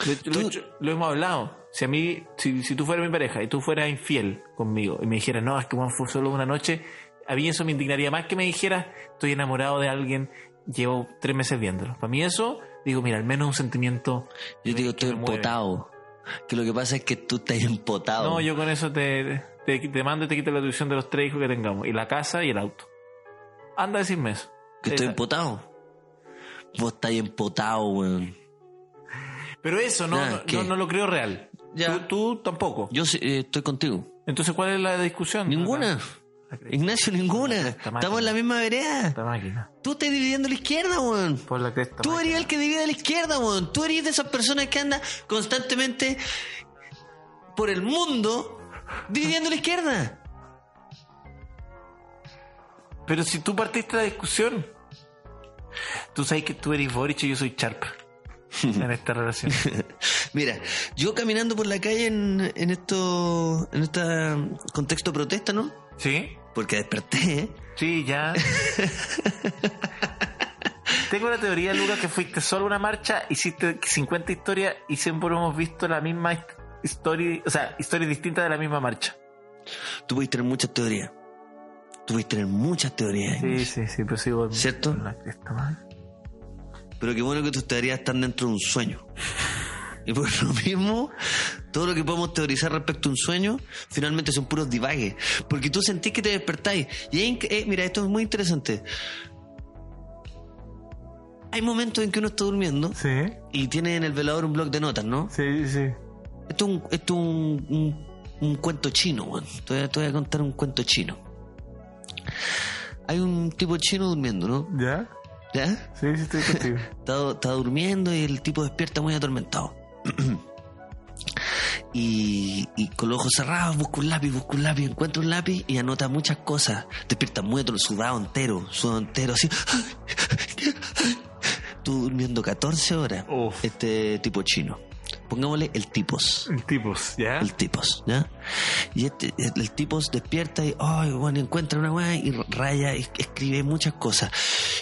[SPEAKER 1] De hecho, lo,
[SPEAKER 2] Tú-
[SPEAKER 1] hecho, lo hemos hablado. Si a mí, si, si tú fueras mi pareja y tú fueras infiel conmigo y me dijeras, no, es que Juan fue solo una noche, a mí eso me indignaría más que me dijeras, estoy enamorado de alguien, llevo tres meses viéndolo. Para mí eso, digo, mira, al menos un sentimiento.
[SPEAKER 2] yo
[SPEAKER 1] que-
[SPEAKER 2] digo,
[SPEAKER 1] que
[SPEAKER 2] estoy
[SPEAKER 1] me mueve".
[SPEAKER 2] empotado. Que lo que pasa es que tú estás empotado.
[SPEAKER 1] No, yo con eso te, te, te mando y te quito la tuición de los tres hijos que tengamos, y la casa y el auto. Anda a decirme eso.
[SPEAKER 2] Que estoy
[SPEAKER 1] Eh,
[SPEAKER 2] empotado. Vos estás empotado, weón.
[SPEAKER 1] Pero eso no,
[SPEAKER 2] Ah,
[SPEAKER 1] no,
[SPEAKER 2] ¿qué?
[SPEAKER 1] no- no lo creo real.
[SPEAKER 2] Ya.
[SPEAKER 1] Tú, tú tampoco.
[SPEAKER 2] Yo sí, eh, estoy contigo.
[SPEAKER 1] Entonces, ¿cuál es la discusión?
[SPEAKER 2] Ninguna. Ignacio, ninguna.
[SPEAKER 1] Esta máquina.
[SPEAKER 2] Estamos en la misma vereda.
[SPEAKER 1] Esta máquina.
[SPEAKER 2] Tú estás dividiendo la izquierda, weón.
[SPEAKER 1] Por la cresta.
[SPEAKER 2] Tú
[SPEAKER 1] máquina.
[SPEAKER 2] eres el que divide a la izquierda, weón. Tú eres de esas personas que anda constantemente por el mundo dividiendo la izquierda.
[SPEAKER 1] Pero si tú partiste la discusión, tú sabes que tú eres Boric y yo soy Charp en esta relación.
[SPEAKER 2] Mira, yo caminando por la calle en, en esto, en este contexto de protesta, ¿no?
[SPEAKER 1] ¿Sí?
[SPEAKER 2] Porque desperté, ¿eh?
[SPEAKER 1] Sí, ya. Tengo la teoría, Lucas, que fuiste solo a una marcha, hiciste 50 historias y siempre hemos visto la misma hist- historia, o sea, historias distintas de la misma marcha.
[SPEAKER 2] Tú puedes tener muchas teorías. Tú puedes tener muchas teorías.
[SPEAKER 1] Sí, sí, sí, pero sigo.
[SPEAKER 2] ¿Cierto?
[SPEAKER 1] La cresta, madre.
[SPEAKER 2] Pero qué bueno que tus teorías están dentro de un sueño. Y por lo mismo, todo lo que podemos teorizar respecto a un sueño, finalmente son puros divagues. Porque tú sentís que te despertáis. Y es inc- eh, mira, esto es muy interesante. Hay momentos en que uno está durmiendo
[SPEAKER 1] Sí,
[SPEAKER 2] y tiene en el velador un blog de notas, ¿no?
[SPEAKER 1] sí, sí.
[SPEAKER 2] Esto es un, esto es un, un- un cuento chino, weón. Te voy a- te voy a contar un cuento chino. Hay un tipo chino durmiendo, ¿no?
[SPEAKER 1] ¿Ya?
[SPEAKER 2] ¿Ya?
[SPEAKER 1] Sí, sí, estoy contigo.
[SPEAKER 2] está, está durmiendo y el tipo despierta muy atormentado. y, y con los ojos cerrados busca un lápiz, busca un lápiz, encuentra un lápiz y anota muchas cosas. Despierta muy ator- sudado entero, sudado entero, así. Tú durmiendo 14 horas,
[SPEAKER 1] Uf.
[SPEAKER 2] este tipo chino. Pongámosle el tipos.
[SPEAKER 1] Tipos, ¿ya?
[SPEAKER 2] El tipos, ¿ya? Y este- el, el tipos despierta y, ay, bueno, encuentra una weá y raya, es- escribe muchas cosas.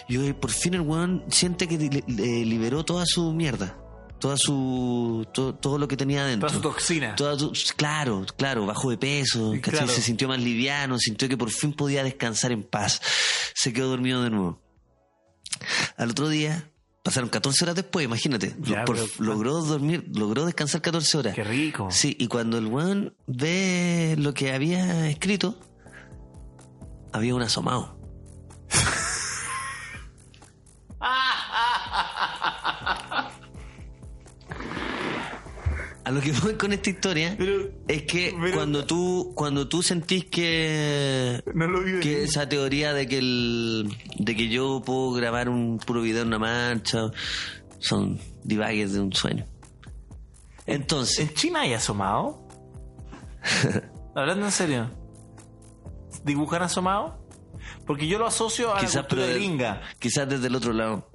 [SPEAKER 2] Y hoy por fin el weón siente que li- le- liberó toda su mierda, toda su, to- todo lo que tenía adentro.
[SPEAKER 1] Toda su toxina.
[SPEAKER 2] Toda su- claro, claro, bajó de peso,
[SPEAKER 1] Sí,
[SPEAKER 2] ¿cachai?
[SPEAKER 1] claro.
[SPEAKER 2] se sintió más liviano, sintió que por fin podía descansar en paz. Se quedó dormido de nuevo. Al otro día, pasaron 14 horas después, imagínate.
[SPEAKER 1] Ya,
[SPEAKER 2] Por-
[SPEAKER 1] pero-
[SPEAKER 2] logró dormir, logró descansar 14 horas.
[SPEAKER 1] Qué rico.
[SPEAKER 2] Sí, y cuando el weón ve lo que había escrito, había un asomado. A lo que voy con esta historia
[SPEAKER 1] Pero-
[SPEAKER 2] es que
[SPEAKER 1] pero-
[SPEAKER 2] cuando tú cuando tú sentís que
[SPEAKER 1] No lo vi
[SPEAKER 2] que
[SPEAKER 1] venir.
[SPEAKER 2] esa teoría de que el de que yo puedo grabar un puro video en una marcha son divagues de un sueño. Entonces,
[SPEAKER 1] ¿En China hay asomado? Hablando en serio. ¿Dibujan asomado? Porque yo lo asocio a la
[SPEAKER 2] quizás
[SPEAKER 1] cultura
[SPEAKER 2] pero-
[SPEAKER 1] gringa.
[SPEAKER 2] quizás desde el otro lado.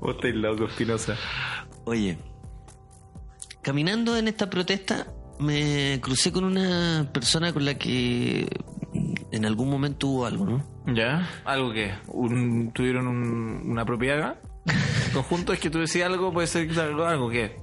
[SPEAKER 1] Vos estáis loco, Espinosa.
[SPEAKER 2] Oye, caminando en esta protesta me crucé con una persona con la que en algún momento hubo algo, ¿no?
[SPEAKER 1] ¿Ya? ¿Algo que? Un- ¿Tuvieron un- una propiedad acá? ¿En conjunto? Es que tú decías algo, puede ser que algo, algo que.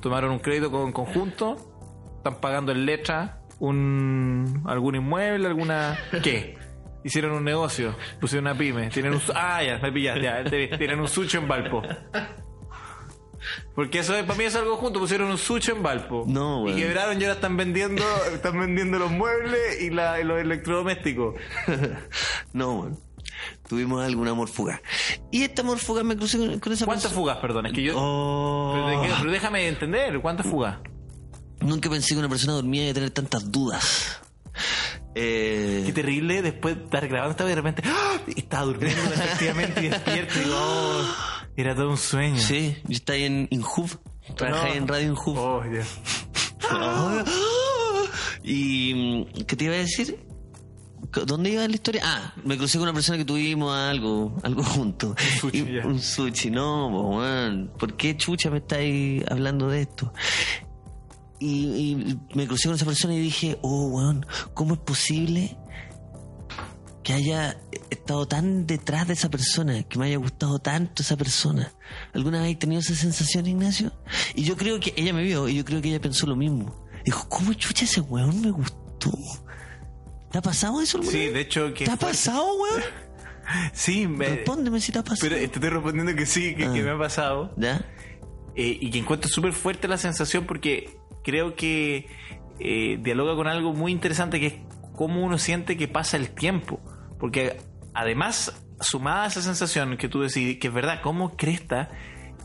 [SPEAKER 1] Tomaron un crédito con conjunto, están pagando en letra un, algún inmueble, alguna. ¿Qué? Hicieron un negocio, pusieron una pyme, tienen un. su- Ah, ya, me pillaste, ya, te- tienen un sucho en Valpo. Porque eso es, para mí es algo junto, pusieron un sucho en Valpo.
[SPEAKER 2] No,
[SPEAKER 1] Y
[SPEAKER 2] weón.
[SPEAKER 1] quebraron y ahora están vendiendo, están vendiendo los muebles y, la- y los electrodomésticos.
[SPEAKER 2] No, bueno, tuvimos alguna amor fugaz. Y esta amor fugaz me crucé con, con esa
[SPEAKER 1] ¿Cuántas
[SPEAKER 2] persona.
[SPEAKER 1] fugas, perdón? Es que yo.
[SPEAKER 2] Oh.
[SPEAKER 1] Pero, de qué- pero déjame entender, ¿cuántas fugas?
[SPEAKER 2] Nunca pensé que una persona dormía y tener tantas dudas.
[SPEAKER 1] Qué
[SPEAKER 2] Eh,
[SPEAKER 1] terrible después de estar grabando esta vez de repente. ¡ah! Y estaba durmiendo efectivamente y despierto y oh, era todo un sueño.
[SPEAKER 2] sí, yo estaba en Inhub, trabajé
[SPEAKER 1] No.
[SPEAKER 2] en Radio Inhub.
[SPEAKER 1] Oh, ya.
[SPEAKER 2] ¿Y mm, qué te iba a decir? ¿Dónde iba la historia? Ah, me crucé con una persona que tuvimos algo, algo juntos.
[SPEAKER 1] sushi,
[SPEAKER 2] Y-
[SPEAKER 1] ya.
[SPEAKER 2] un sushi, no, po, weón. ¿Por qué chucha me estáis hablando de esto? Y, y me crucé con esa persona y dije, oh, weón, ¿cómo es posible que haya estado tan detrás de esa persona, que me haya gustado tanto esa persona. ¿Alguna vez has tenido esa sensación, Ignacio? Y yo creo que ella me vio y yo creo que ella pensó lo mismo. Dijo, ¿cómo chucha ese weón me gustó? ¿Te ha pasado eso alguna
[SPEAKER 1] Sí,
[SPEAKER 2] vez?
[SPEAKER 1] de hecho que.
[SPEAKER 2] ¿Te ha pasado, weón?
[SPEAKER 1] Sí, me.
[SPEAKER 2] Respóndeme si te ha pasado.
[SPEAKER 1] Pero eh, Ah. te estoy respondiendo que sí, que, que me ha pasado.
[SPEAKER 2] ¿Ya?
[SPEAKER 1] Eh, y que encuentro súper fuerte la sensación porque creo que eh, dialoga con algo muy interesante que es cómo uno siente que pasa el tiempo. Porque además, sumada a esa sensación que tú decís, que es verdad, cómo cresta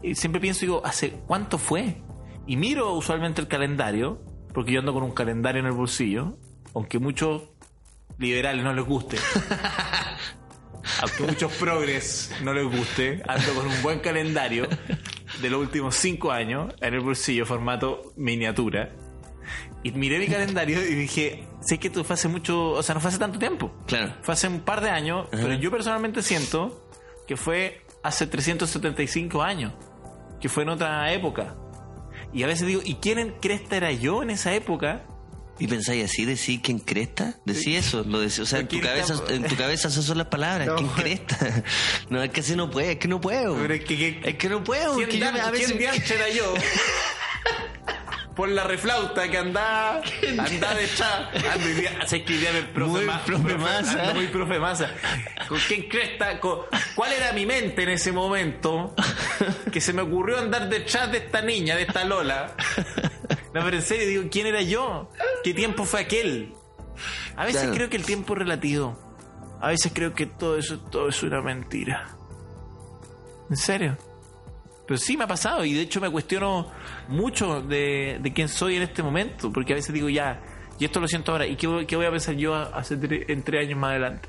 [SPEAKER 1] y siempre pienso, digo, ¿hace cuánto fue? Y miro usualmente el calendario, porque yo ando con un calendario en el bolsillo, aunque muchos liberales no les guste. aunque muchos progres no les guste, ando con un buen calendario de los últimos cinco años en el bolsillo, formato miniatura. Y miré mi calendario y dije, sé que tú fue hace mucho, o sea, no fue hace tanto tiempo.
[SPEAKER 2] Claro.
[SPEAKER 1] Fue hace un par de años, pero yo personalmente siento que fue hace 375 años, que fue en otra época. Y a veces digo, ¿y quién en cresta era yo en esa época?
[SPEAKER 2] ¿Y pensáis así, decir quién cresta? Decí eso, lo decí, o sea, en tu,
[SPEAKER 1] ¿Quién
[SPEAKER 2] cabeza,
[SPEAKER 1] está-
[SPEAKER 2] en tu cabeza esas son las palabras,
[SPEAKER 1] No,
[SPEAKER 2] ¿quién
[SPEAKER 1] bueno.
[SPEAKER 2] cresta? No, es que así no puede, es que no puedo.
[SPEAKER 1] Pero es que- que-
[SPEAKER 2] Es que no puedo, es
[SPEAKER 1] ¿Quién,
[SPEAKER 2] que yo
[SPEAKER 1] dan-
[SPEAKER 2] me- a
[SPEAKER 1] quién
[SPEAKER 2] veces...
[SPEAKER 1] diantre era yo? Por la reflauta que andaba, andaba de chá. Ando hoy día, sé que hoy día me profe
[SPEAKER 2] Muy
[SPEAKER 1] ma-
[SPEAKER 2] profe masa.
[SPEAKER 1] ando muy profe masa. ¿Con quién cresta? Con- ¿Cuál era mi mente en ese momento que se me ocurrió andar detrás de esta niña, de esta Lola? No, pero en serio, digo, ¿quién era yo? ¿Qué tiempo fue aquel? A veces
[SPEAKER 2] Claro.
[SPEAKER 1] creo que el tiempo es relativo. A veces creo que todo eso, todo eso era mentira. ¿En serio? Pero sí me ha pasado y de hecho me cuestiono mucho de, de quién soy en este momento, porque a veces digo ya, y esto lo siento ahora, ¿y qué, voy- qué voy a pensar yo hace tre- en tres años más adelante?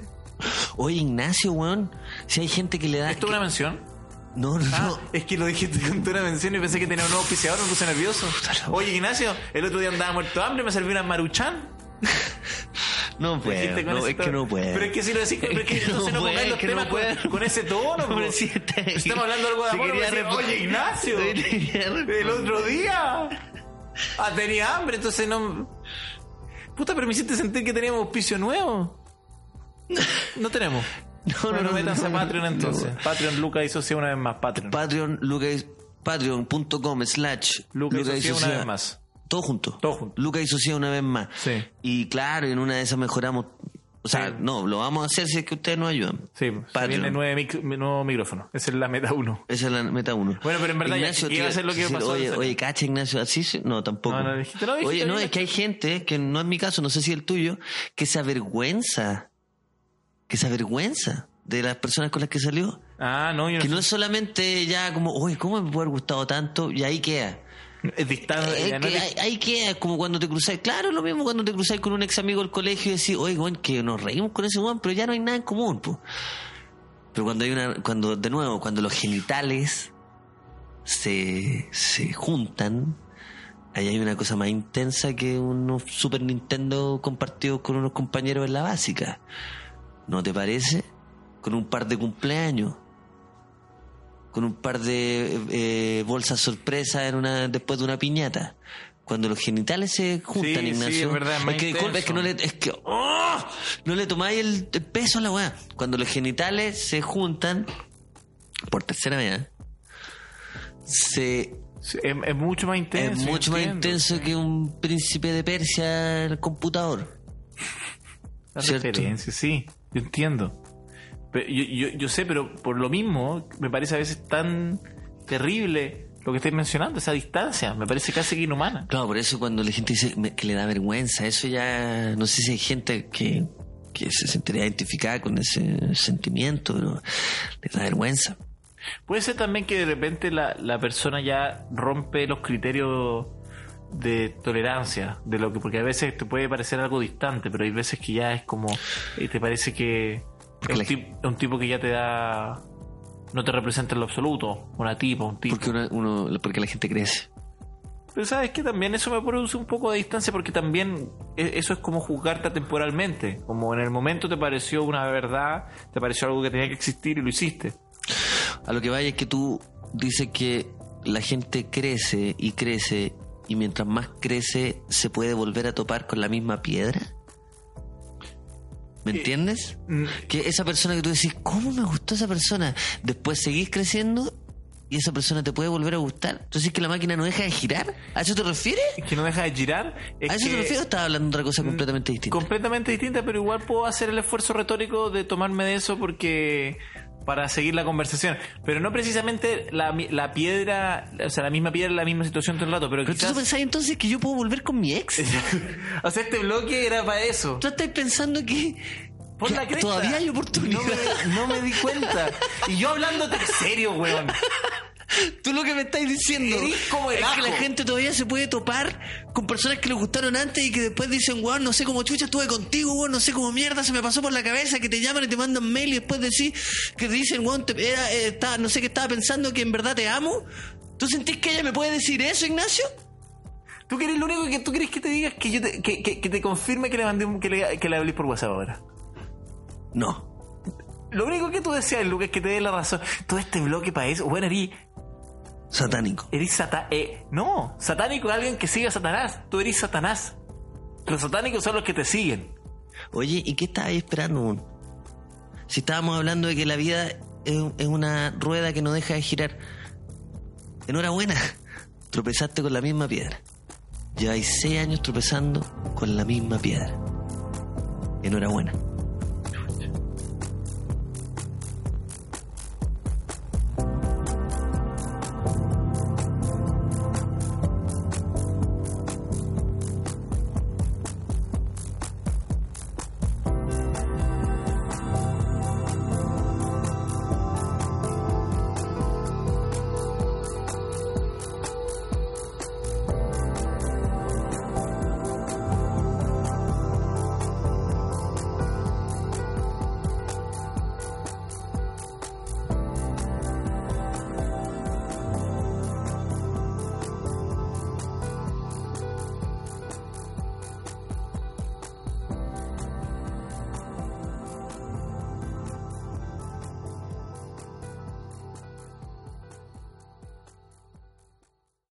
[SPEAKER 2] Oye, Ignacio, weón, si hay gente que le da...
[SPEAKER 1] ¿Esto Ah, es
[SPEAKER 2] que-
[SPEAKER 1] una mención?
[SPEAKER 2] No, no,
[SPEAKER 1] Ah,
[SPEAKER 2] no.
[SPEAKER 1] es que lo dijiste con una mención y pensé que tenía un nuevo auspiciador, me puse nervioso. Oye, Ignacio, el otro día andaba muerto de hambre, me serví una maruchan.
[SPEAKER 2] No puedo,
[SPEAKER 1] Dijiste con
[SPEAKER 2] Pues, no,
[SPEAKER 1] ese
[SPEAKER 2] es que
[SPEAKER 1] tono.
[SPEAKER 2] no puedo.
[SPEAKER 1] Pero es que si lo decís, pero es que entonces no pongáis los temas con- con ese tono, po. Estamos hablando algo de amor, pero decís, "Oye, Ignacio". El
[SPEAKER 2] El
[SPEAKER 1] otro día. Ah, tenía hambre, entonces no. Puta, pero me hiciste sentir que teníamos auspicio nuevo. No tenemos.
[SPEAKER 2] No,
[SPEAKER 1] Bueno,
[SPEAKER 2] no, no,
[SPEAKER 1] métanse
[SPEAKER 2] no,
[SPEAKER 1] a Patreon
[SPEAKER 2] no.
[SPEAKER 1] entonces. Patreon, Luca y Socia una vez más. Patreon.
[SPEAKER 2] Patreon, Lucas, patreon.com slash
[SPEAKER 1] Luca y Socia una
[SPEAKER 2] Sociedad.
[SPEAKER 1] vez más.
[SPEAKER 2] Todo junto.
[SPEAKER 1] Todo junto.
[SPEAKER 2] Lucas y Socia una vez más.
[SPEAKER 1] Sí.
[SPEAKER 2] Y claro, en una de esas mejoramos. O sea,
[SPEAKER 1] Sí.
[SPEAKER 2] no, lo vamos a hacer si es que ustedes nos ayudan.
[SPEAKER 1] Sí, se
[SPEAKER 2] Patreon.
[SPEAKER 1] viene nueve mic- nuevo micrófono. Esa es la meta uno.
[SPEAKER 2] Esa es la meta uno.
[SPEAKER 1] Bueno, pero en verdad ya- iba
[SPEAKER 2] te-
[SPEAKER 1] a ser lo que
[SPEAKER 2] sí,
[SPEAKER 1] pasó,
[SPEAKER 2] Oye,
[SPEAKER 1] en serio.
[SPEAKER 2] oye, cacha, Ignacio, así se- No, tampoco.
[SPEAKER 1] No, no, dijiste- no, dijiste
[SPEAKER 2] oye, no,
[SPEAKER 1] bien.
[SPEAKER 2] es que hay gente, que no es mi caso, no sé si el tuyo, que se avergüenza. Que se avergüenza de las personas con las que salió.
[SPEAKER 1] Ah, no, yo
[SPEAKER 2] Que no es solamente ya como, oye, ¿cómo me puede haber gustado tanto? Y ahí queda.
[SPEAKER 1] Es dictado.
[SPEAKER 2] Es
[SPEAKER 1] ya no
[SPEAKER 2] que
[SPEAKER 1] es
[SPEAKER 2] ahí, ahí queda como cuando te cruzáis. Claro, lo mismo cuando te cruzáis con un ex amigo del colegio y decís, oye, weón, que nos reímos con ese weón, pero ya no hay nada en común, po". Pero cuando hay una, cuando, de nuevo, cuando los genitales se, se juntan, ahí hay una cosa más intensa que unos Super Nintendo compartidos con unos compañeros en la básica. ¿No te parece? Con un par de cumpleaños con un par de eh, bolsas sorpresa en una después de una piñata. Cuando los genitales se juntan,
[SPEAKER 1] Sí, sí,
[SPEAKER 2] Ignacio.
[SPEAKER 1] es verdad, es más
[SPEAKER 2] que
[SPEAKER 1] intenso.
[SPEAKER 2] disculpa, es que no le, es que, ¡oh! no le tomáis el el peso a la weá. Cuando los genitales se juntan, por tercera vez, ¿eh? se,
[SPEAKER 1] Sí, Es, es mucho más intenso.
[SPEAKER 2] es mucho más
[SPEAKER 1] entiendo.
[SPEAKER 2] intenso que un príncipe de Persia en el computador.
[SPEAKER 1] La
[SPEAKER 2] ¿Cierto?
[SPEAKER 1] referencia, sí, yo entiendo. Pero yo, yo, yo sé, pero por lo mismo me parece a veces tan terrible lo que estáis mencionando, esa distancia, me parece casi que inhumana.
[SPEAKER 2] Claro, por eso cuando la gente dice me- que le da vergüenza, eso ya no sé si hay gente que, que se sentiría identificada con ese sentimiento, pero le da vergüenza.
[SPEAKER 1] Puede ser también que de repente la, la persona ya rompe los criterios de tolerancia, de lo que, porque a veces te puede parecer algo distante, pero hay veces que ya es como, eh, te parece que
[SPEAKER 2] Porque
[SPEAKER 1] es un,
[SPEAKER 2] la-
[SPEAKER 1] tip- es un tipo que ya te da, no te representa en lo absoluto, una tipa, un tipo.
[SPEAKER 2] Porque uno, uno- porque la gente crece.
[SPEAKER 1] Pero sabes que también eso me produce un poco de distancia porque también e- eso es como juzgarte temporalmente. Como en el momento te pareció una verdad, te pareció algo que tenía que existir y lo hiciste.
[SPEAKER 2] A lo que vaya es que tú dices que la gente crece y crece y mientras más crece se puede volver a topar con la misma piedra. ¿Me entiendes?
[SPEAKER 1] Mm.
[SPEAKER 2] Que esa persona que tú decís, ¿cómo me gustó esa persona? Después seguís creciendo y esa persona te puede volver a gustar. ¿Tú decís que la máquina no deja de girar? ¿A eso te refieres?
[SPEAKER 1] Es que no deja de girar. es
[SPEAKER 2] ¿A eso te
[SPEAKER 1] que- Mm,
[SPEAKER 2] refieres o estás hablando de otra cosa completamente distinta?
[SPEAKER 1] Completamente distinta, pero igual puedo hacer el esfuerzo retórico de tomarme de eso porque para seguir la conversación. Pero no precisamente la, mi- la piedra, o sea, la misma piedra, la misma situación todo el rato, pero,
[SPEAKER 2] Pero tú
[SPEAKER 1] quizás...
[SPEAKER 2] pensás entonces que yo puedo volver con mi ex.
[SPEAKER 1] o sea, este bloque era para eso.
[SPEAKER 2] Tú estás pensando que,
[SPEAKER 1] Por
[SPEAKER 2] que
[SPEAKER 1] la cresta.
[SPEAKER 2] todavía hay oportunidad.
[SPEAKER 1] No me, no me di cuenta. Y yo hablándote en serio, weón.
[SPEAKER 2] Tú lo que me estás diciendo
[SPEAKER 1] Eres como el
[SPEAKER 2] es que
[SPEAKER 1] ajo.
[SPEAKER 2] la gente todavía se puede topar con personas que le gustaron antes y que después dicen, wow, no sé cómo chucha estuve contigo, wow, no sé cómo mierda se me pasó por la cabeza, que te llaman y te mandan mail y después decís que te dicen, wow, te- era, eh, estaba- no sé qué estaba pensando, que en verdad te amo. ¿Tú sentís que ella me puede decir eso, Ignacio?
[SPEAKER 1] Tú querés lo único que tú querés que te digas que yo te, que, que- que te confirme que le mandé un- que le, que le hablé por WhatsApp ahora.
[SPEAKER 2] No.
[SPEAKER 1] Lo único que tú deseas, Lucas, que te dé la razón. Todo este bloque para eso. Bueno, eres,
[SPEAKER 2] Satánico.
[SPEAKER 1] eres sata- eh, no, satánico es alguien que sigue a Satanás. Tú eres Satanás. Los satánicos son los que te siguen.
[SPEAKER 2] Oye, ¿y qué estabas esperando? mon? Si estábamos hablando de que la vida es, es una rueda que no deja de girar. Enhorabuena, tropezaste con la misma piedra. Lleváis seis años tropezando con la misma piedra. Enhorabuena.